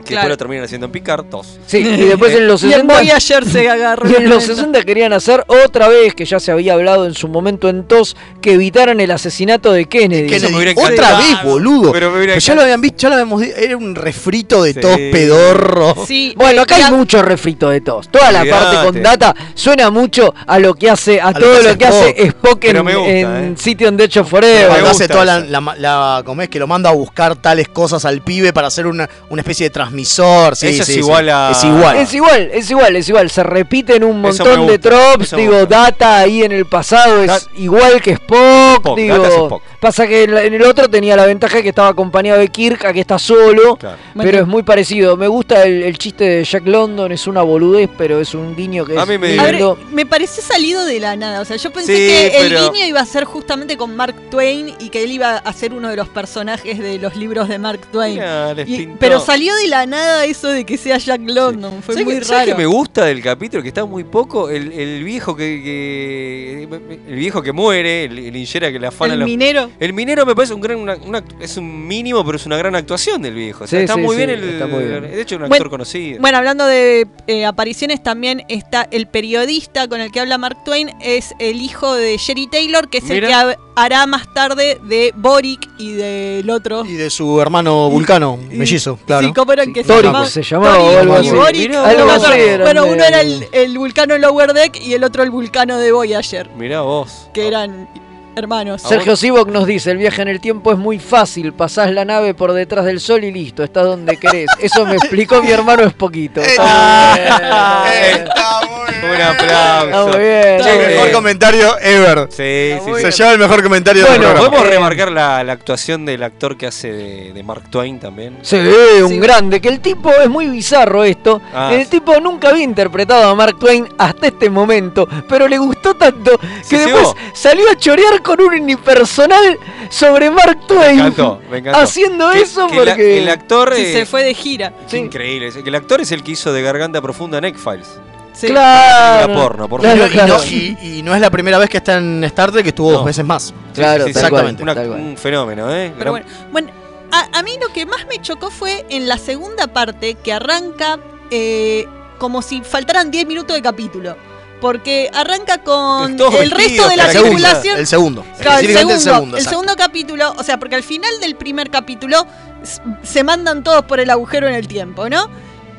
Que
Claro.
después lo terminan haciendo en Picard 2.
Sí, y después en los
Y en
60.
Voyager se agarró
Y en los
momento.
60 querían hacer otra vez, que ya se había hablado en su momento en TOS, que evitaran el asesinato de Kennedy.
Eso me hubiera Otra
encantado.
vez, boludo.
Pero
Pero
me hubiera
ya lo habían visto, ya lo habíamos dicho. Era un refrito de
Sí.
tos pedorro.
Sí, eh,
Bueno, acá hay mucho refrito de TOS. Toda la
Olvidate.
parte con data suena mucho a lo que hace, a, todo lo que hace Spock, en,
Pero me gusta,
en City on the Edge of Forever.
Cuando hace toda la, la, la- ¿cómo es? que lo manda a buscar tales cosas al pibe para hacer una, una especie de transmisor. Sí,
Esa es
sí, sí.
igual a-
Es igual.
Es igual, es igual, es igual. Se repiten un
Eso
montón
me
de
gusta,
tropes.
eso me
Digo, Data ahí en el pasado es igual que Spock.
Spock,
digo,
Data es Spock.
Pasa que en la- en el otro tenía la ventaja que estaba acompañado de Kirk, aquí está solo. Pero es muy parecido. Me gusta el, el chiste de Jack London, es una boludez, pero es un guiño que
A
es
mí me-
A ver,
lindo.
me pareció salido de la nada. O sea, yo pensé
Sí,
que
pero-
el guiño iba a ser justamente con Mark Twain y que él iba a ser uno de los personajes de los libros de Mark Twain.
Mirá, les
Y-
pintó.
pero salió de la nada eso de que sea Jack London. Fue
¿Sabes
muy
qué- sabes
raro.
qué me gusta del capítulo? Que está muy poco. El, el viejo que, que- El viejo que muere, el, el linchera que le afana
El
los-
minero.
El minero me parece un gran. una- una- es un mínimo, pero es una gran actuación del viejo. O sea,
Sí,
está,
sí,
muy
sí,
bien el,
está muy bien.
De hecho, es un
Bueno,
actor conocido.
Bueno, hablando de eh, apariciones, también está el periodista con el que habla Mark Twain, es el hijo de Sherry Taylor, que es
Mira.
el que ha- hará más tarde de Boric y del otro.
Y de su hermano vulcano, mellizo, claro.
Sí, ¿cómo eran que
Tórico
llamaba?
se llamaba
Tórico
o algo
y
así.
Boric.
Mirá,
Bueno,
algo así
otro-
eran
bueno, uno
de-
era el, el vulcano Lower Deck y el otro el vulcano de Voyager,
Mirá vos.
Ah.
que eran hermanos.
Sergio Sivok nos dice, el viaje en el tiempo es muy fácil, pasás la nave por detrás del sol y listo, estás donde querés. Eso me explicó mi hermano es
Eh,
poquito.
Un aplauso.
Está muy bien,
Che,
está
mejor
Eh,
bien.
comentario ever.
Sí, sí,
Se
sí.
lleva el mejor comentario del
Bueno,
programa.
podemos
eh,
remarcar la, la actuación del actor que hace de, de Mark Twain también.
Sí, un grande, que el tipo es muy bizarro esto.
Ah,
el
sí.
tipo nunca había interpretado a Mark Twain hasta este momento, pero le gustó tanto que
Sí, sí,
después
vos.
salió a chorear con un unipersonal sobre Mark Twain.
Me encantó, me encantó.
Haciendo
Que-
eso
que la-
porque...
el actor
Sí,
eh,
se fue de gira.
qué increíble. es que El actor es el que hizo de garganta profunda en X-Files.
Sí.
La porno, por
Claro,
favor.
y, no, y- y no es la primera vez que está en Star Trek, que estuvo dos veces más.
Sí, sí, sí,
exactamente.
una- un fenómeno, ¿eh?
Pero
Gran-
bueno, bueno a, a mí lo que más me chocó fue en la segunda parte que arranca eh, como si faltaran 10 minutos de capítulo. Porque arranca con
Todos
el
vestidos,
resto de la
el segundo,
tripulación.
el segundo.
Claro, el segundo,
Específicamente el
el
segundo,
segundo,
exacto.
capítulo. O sea, porque al final del primer capítulo s- se mandan todos por el agujero en el tiempo, ¿no?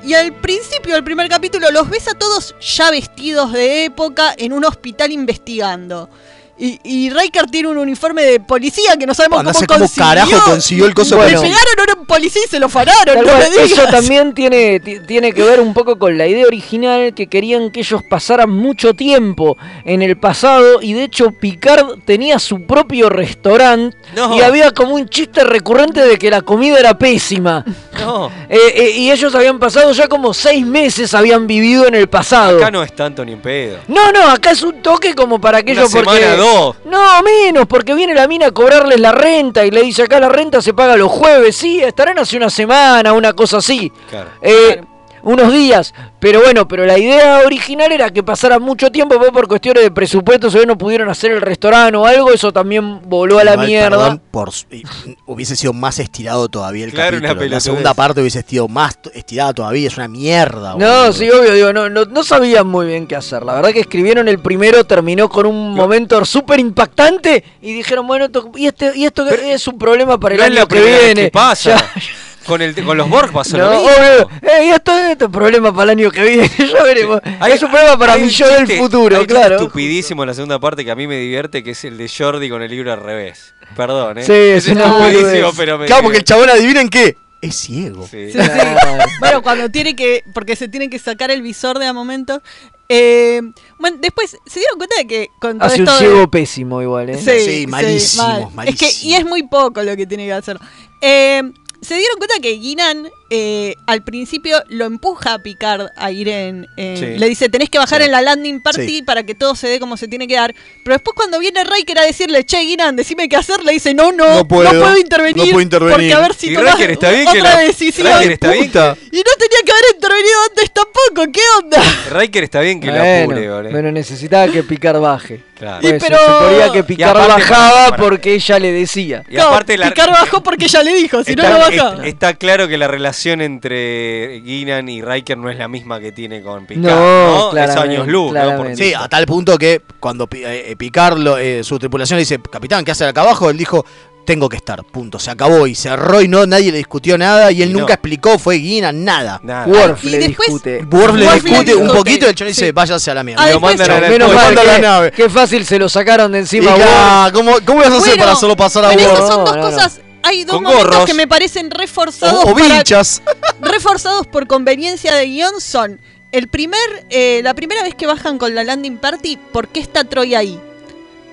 Y al principio del primer capítulo los ves a todos ya vestidos de época en un hospital investigando. Y, y Riker tiene un uniforme de policía que no sabemos
Andá a
cómo
saber Ah, cómo
consiguió.
carajo consiguió el coso
Le
de policía.
pegaron a un policía y se lo fararon,
Tal
no
cual,
me digas.
Eso también tiene, ti- tiene que ver un poco con la idea original que querían que ellos pasaran mucho tiempo en el pasado y de hecho Picard tenía su propio restaurante
No.
y había como un chiste recurrente de que la comida era pésima.
No,
Eh, eh, y ellos habían pasado ya como seis meses, habían vivido en el pasado.
acá no es tanto ni en pedo.
No, no, acá es un toque como para aquello
Una
porque.
semana, dos.
No, menos, porque viene la mina a cobrarles la renta y le dice acá la renta se paga los jueves, sí, estarán hace una semana, una cosa así.
Claro.
Eh, Unos días, pero bueno, pero la idea original era que pasara mucho tiempo, pero por cuestiones de presupuesto, se ve no pudieron hacer el restaurante o algo, eso también voló a la
Igual,
mierda.
perdón, por su- y- hubiese sido más estirado todavía el
Claro, una
capítulo. La
pelotudez.
segunda parte hubiese sido más t- estirada todavía. Es una mierda.
No, sí, obvio, digo, no, no, no sabían muy bien qué hacer. La verdad que escribieron el primero, terminó con un momento súper impactante y dijeron, bueno, esto- y, este, y esto es un problema para el
no es
año
la
que
primera vez
viene.
que pasa.
Ya,
Con, el, con los Borg pasó
no,
lo mismo.
obvio, eh, y esto, esto es problema para el año que viene, ya veremos. es un problema para
Hay
mi
un
yo del
chiste-
futuro,
hay un
claro.
estupidísimo en la segunda parte que a mí me divierte, que es el de Jordi con el libro al revés. Perdón, ¿eh?
Sí, es
Ese
una
está
boludez.
buenísimo, pero me
Claro, porque el
divierte.
chabón, adivinen qué. Es ciego.
Sí.
Bueno, cuando tiene que. Porque se tiene que sacar el visor de a momento. Eh, bueno, después se dieron cuenta de que con todo
Hace un
esto. de-
ciego pésimo igual, ¿eh?
Sí, sí, mal. Es que, y es muy poco lo que tiene que hacer. Eh, se dieron cuenta que Guinan eh, al principio lo empuja a Picard a ir en... en-
Sí.
Le dice, tenés que bajar
Sí.
en la landing party
Sí.
para que todo se dé como se tiene que dar. Pero después cuando viene Riker a decirle, che, Guinan, decime qué hacer, le dice, no, no,
No puedo,
intervenir.
no puedo intervenir".
Porque a ver si
Y
tomás
Riker está bien que
otra
la-
decisión.
Riker está bien que-
Y no tenía que haber intervenido antes tampoco, ¿qué onda?
Riker está bien que lo apure,
Bueno,
¿vale?
pero necesitaba que Picard baje.
Claro.
Por
Y
eso,
pero-
se suponía
Y
que Picard
aparte,
bajaba
para- para-
porque ella le decía.
Y aparte la-
Picard bajó porque ya le dijo, si no, no
Está,
baja.
es- está claro que la relación entre Guinan y Riker no es la misma que tiene con Picard.
No,
No, es
claramente,
años luz. ¿no? Por-
Sí, a tal punto que cuando Pi- eh, eh, Picard, lo- eh, su tripulación le dice, capitán, ¿qué hacer acá abajo? Él dijo, tengo que estar, punto. Se acabó y cerró y no, nadie le discutió nada y él
Y
nunca
no.
explicó, fue Guina, nada.
Nada.
Worf le discute.
Eh, Worf le
Worf le
discute un
discute.
poquito y el chon dice,
Sí.
váyase a la mierda.
Ah, después- Chao, menos mal que, qué fácil se lo sacaron de encima.
Y ya,
Worf.
¿cómo- cómo ibas a hacer Bueno, para solo pasar a
Pero
Worf?
esas son dos
No, no, no.
cosas. Hay dos
Con
momentos
gorros.
que me parecen reforzados.
O, o
para-
vinchas.
reforzados por conveniencia de guión son el primer, eh, la primera vez que bajan con la landing party, ¿por qué está Troy ahí?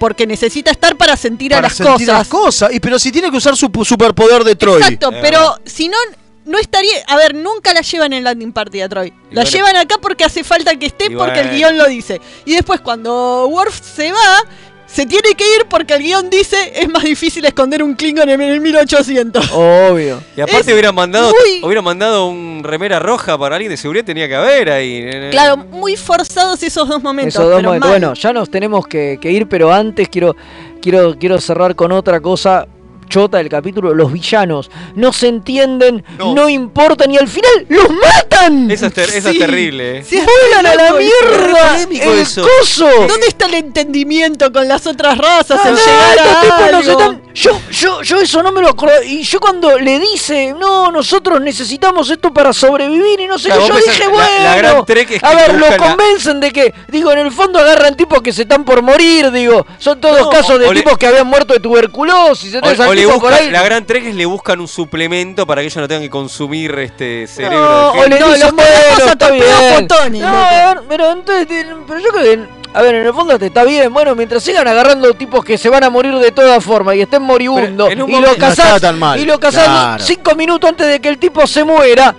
Porque necesita estar para sentir a
para
las
sentir
cosas.
las cosas. Y pero si tiene que usar su pu- superpoder de Troy. Ah.
Exacto, pero si no, no estaría. A ver, nunca la llevan en landing party a Troy. La
bueno.
llevan acá porque hace falta que esté,
Y
porque el
bueno.
guión lo dice. Y después, cuando Worf se va, se tiene que ir porque el guión dice es más difícil esconder un Klingon en el 1800.
Obvio.
Y aparte hubieran mandado, hubieran mandado un remera roja para alguien de seguridad, tenía que haber ahí.
Claro, muy forzados esos dos momentos.
Esos dos
pero
momentos.
mal.
Bueno, ya nos tenemos que, que ir, pero antes quiero, quiero, quiero cerrar con otra cosa chota del capítulo. Los villanos no se entienden, no, importan y al final los matan.
Esa es, ter- esa es terrible. eh.
Sí, es
¡Vuelan a la
polémico eso.
mierda! ¡El coso!
¿Dónde está el entendimiento con las otras razas?
Ah,
el
no,
llegar
estos
a
tipos nos
algo?
están- yo, yo, yo eso no me lo acuerdo. Y yo cuando le dice, no, nosotros necesitamos esto para sobrevivir y no sé
Claro,
qué, yo
vos pensás,
dije,
la-
bueno,
la gran trek es
a
que
ver,
buscan
los
la-
convencen de que, digo, en el fondo agarran tipos que se están por morir, digo, son todos
No,
casos de
o le-
tipos que habían muerto de tuberculosis,
O,
entonces
o
al
le
tipo por
buscan-
ahí...
la gran trek es le buscan un suplemento para que ellos no tengan que consumir este cerebro.
No,
de
o le
gente.
dicen, bueno, está bien. No,
No,
a ver, pero entonces, eh, pero yo creo que, a ver, en el fondo te está bien, bueno, mientras sigan agarrando tipos que se van a morir de toda forma y estén moribundos, y,
en un
lo
momento- No
cazás,
estaba tan mal,
y lo cazás
claro.
cinco minutos antes de que el tipo se muera,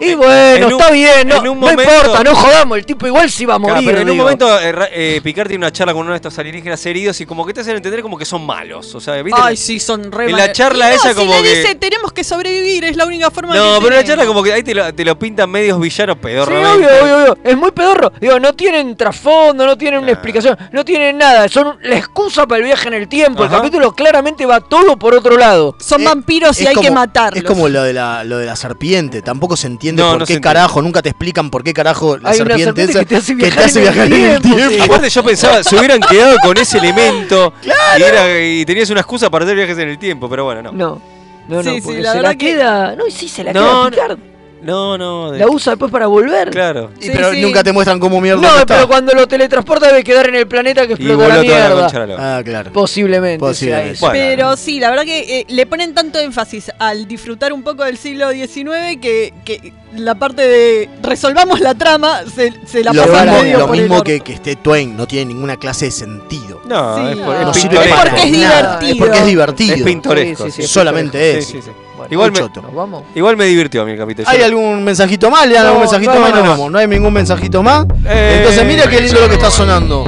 y bueno,
en un-
está bien, no,
en
no
un momento-
importa, no jodamos, el tipo igual se iba a
Claro,
morir.
pero en un
digo.
momento eh, Ra- eh, Picard tiene una charla con uno de estos alienígenas heridos y como que te hacen entender como que son malos. O sea, ¿viste?
Ay, sí, son re
En la
mal-
charla
No,
esa
si
como
le
que...
dice, tenemos que sobrevivir, es la única forma que
no, pero en la
tenemos".
charla como que ahí te lo, te lo pintan medios villanos
Sí,
pedorro.
obvio, obvio, obvio. Es muy pedorro. Digo, no tienen trasfondo, no tienen una explicación, no tienen nada. Son un- la excusa para el viaje en el tiempo.
Ajá.
El capítulo claramente va todo por otro lado.
Son vampiros
Es como- Es como lo de, la, lo de la serpiente. Tampoco se entiende
No,
por
no
qué
se entiende.
carajo. Nunca te explican por qué carajo la
Hay una
serpiente,
serpiente
esa
que te hace
que te
viajar
hace
en el
viajar en el
tiempo,
tiempo.
Aparte yo pensaba, se hubieran quedado con ese elemento y, era- y tenías una excusa para hacer viajes en el tiempo, pero bueno, no.
No, no,
Sí,
no.
sí,
porque
la
se
verdad
la
que-
queda. No, y sí, se la queda
No,
Picard.
No, no. de-
La usa después para volver.
Claro.
Y pero nunca te muestran cómo mierda
No,
que está.
pero cuando lo teletransporta debe quedar en el planeta que
Y
explotó la
voló toda la
mierda.
concha de la lora. Ah, claro.
Posiblemente.
Posiblemente.
sea eso.
Pero sí, la verdad que eh, le ponen tanto énfasis al disfrutar un poco del siglo XIX que, que la parte de resolvamos la trama se, se la
lo
pasan
mismo,
medio
lo
por el
mismo
orto.
que, que esté Twain. No tiene ninguna clase de sentido.
No, Ah, es, por-
No
es
sirve
pintoresco.
para Es porque es nada, es divertido. porque es divertido.
Es pintoresco.
Sí, sí, sí, es Solamente
pintoresco.
eso.
Sí, sí, sí.
Bueno,
igual,
muy
me,
choto.
¿Nos vamos?
igual me divirtió a mí el capítulo.
¿Hay algún mensajito más? ¿Le dan
No,
algún mensajito
no
más?
hay más
No,
nada más.
no, no hay ningún mensajito más.
Eh.
Entonces, mira qué lindo lo que está sonando.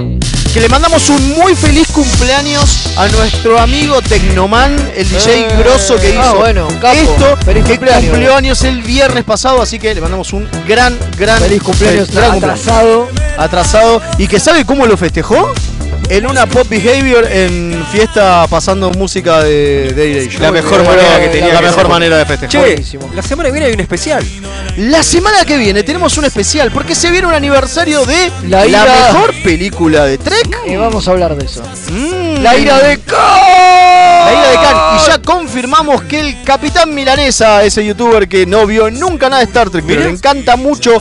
Que le mandamos un muy feliz cumpleaños a nuestro amigo Tecnoman, el DJ grosso que
Ah,
hizo
bueno, un capo.
esto.
Feliz
que
cumpleaños.
cumplió años el viernes pasado, así que le mandamos un gran, gran
Feliz cumpleaños
gran cumpleaños.
atrasado.
Atrasado. ¿Y que sabe cómo lo festejó? En una pop behavior en fiesta pasando música de Day
La mejor manera que tenía
La
que
mejor
ser.
manera de festejar.
Che, la semana que viene hay un especial.
La semana que viene tenemos un especial porque se viene un aniversario de la,
ira-
mejor Mm. película de Trek.
Y vamos a hablar de eso.
La
ira de
Khan. Mm. La ira de Khan. Y ya confirmamos que el Capitán Milanesa, ese youtuber que no vio nunca nada de Star Trek, pero le encanta mucho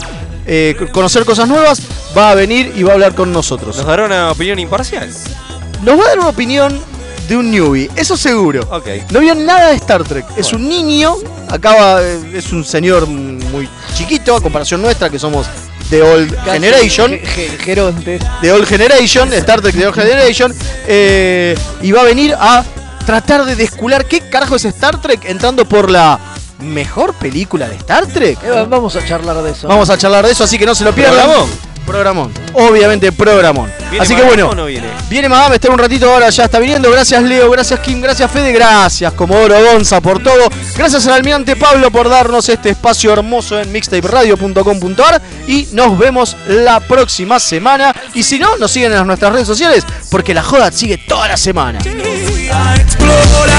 eh, conocer cosas nuevas, va a venir y va a hablar con nosotros.
Nos dará una opinión imparcial.
Nos va a dar una opinión de un newbie, eso seguro.
Ok.
No vio nada de Star Trek. Es un niño, acaba, eh, es un señor muy chiquito a comparación nuestra que somos de Old
Casi
Generation.
ge- ge- Geronte.
De Old Generation, Star Trek de Old Generation. eh, y va a venir a tratar de descular qué carajo es Star Trek entrando por la mejor película de Star Trek.
Eh, vamos a charlar de eso.
Vamos a charlar de eso, así que no se lo pierdan.
¿Programón?
Programón. Obviamente programón.
¿Viene
Así que
Madame
bueno.
o no viene?
Viene Madame, está en un ratito ahora, ya está viniendo. Gracias Leo, gracias Kim, gracias Fede, gracias Comodoro Gonza por todo. Gracias al almirante Pablo por darnos este espacio hermoso en mixtaperadio.com.ar y nos vemos la próxima semana. Y si no, nos siguen en nuestras redes sociales porque la joda sigue toda la semana.
Explora.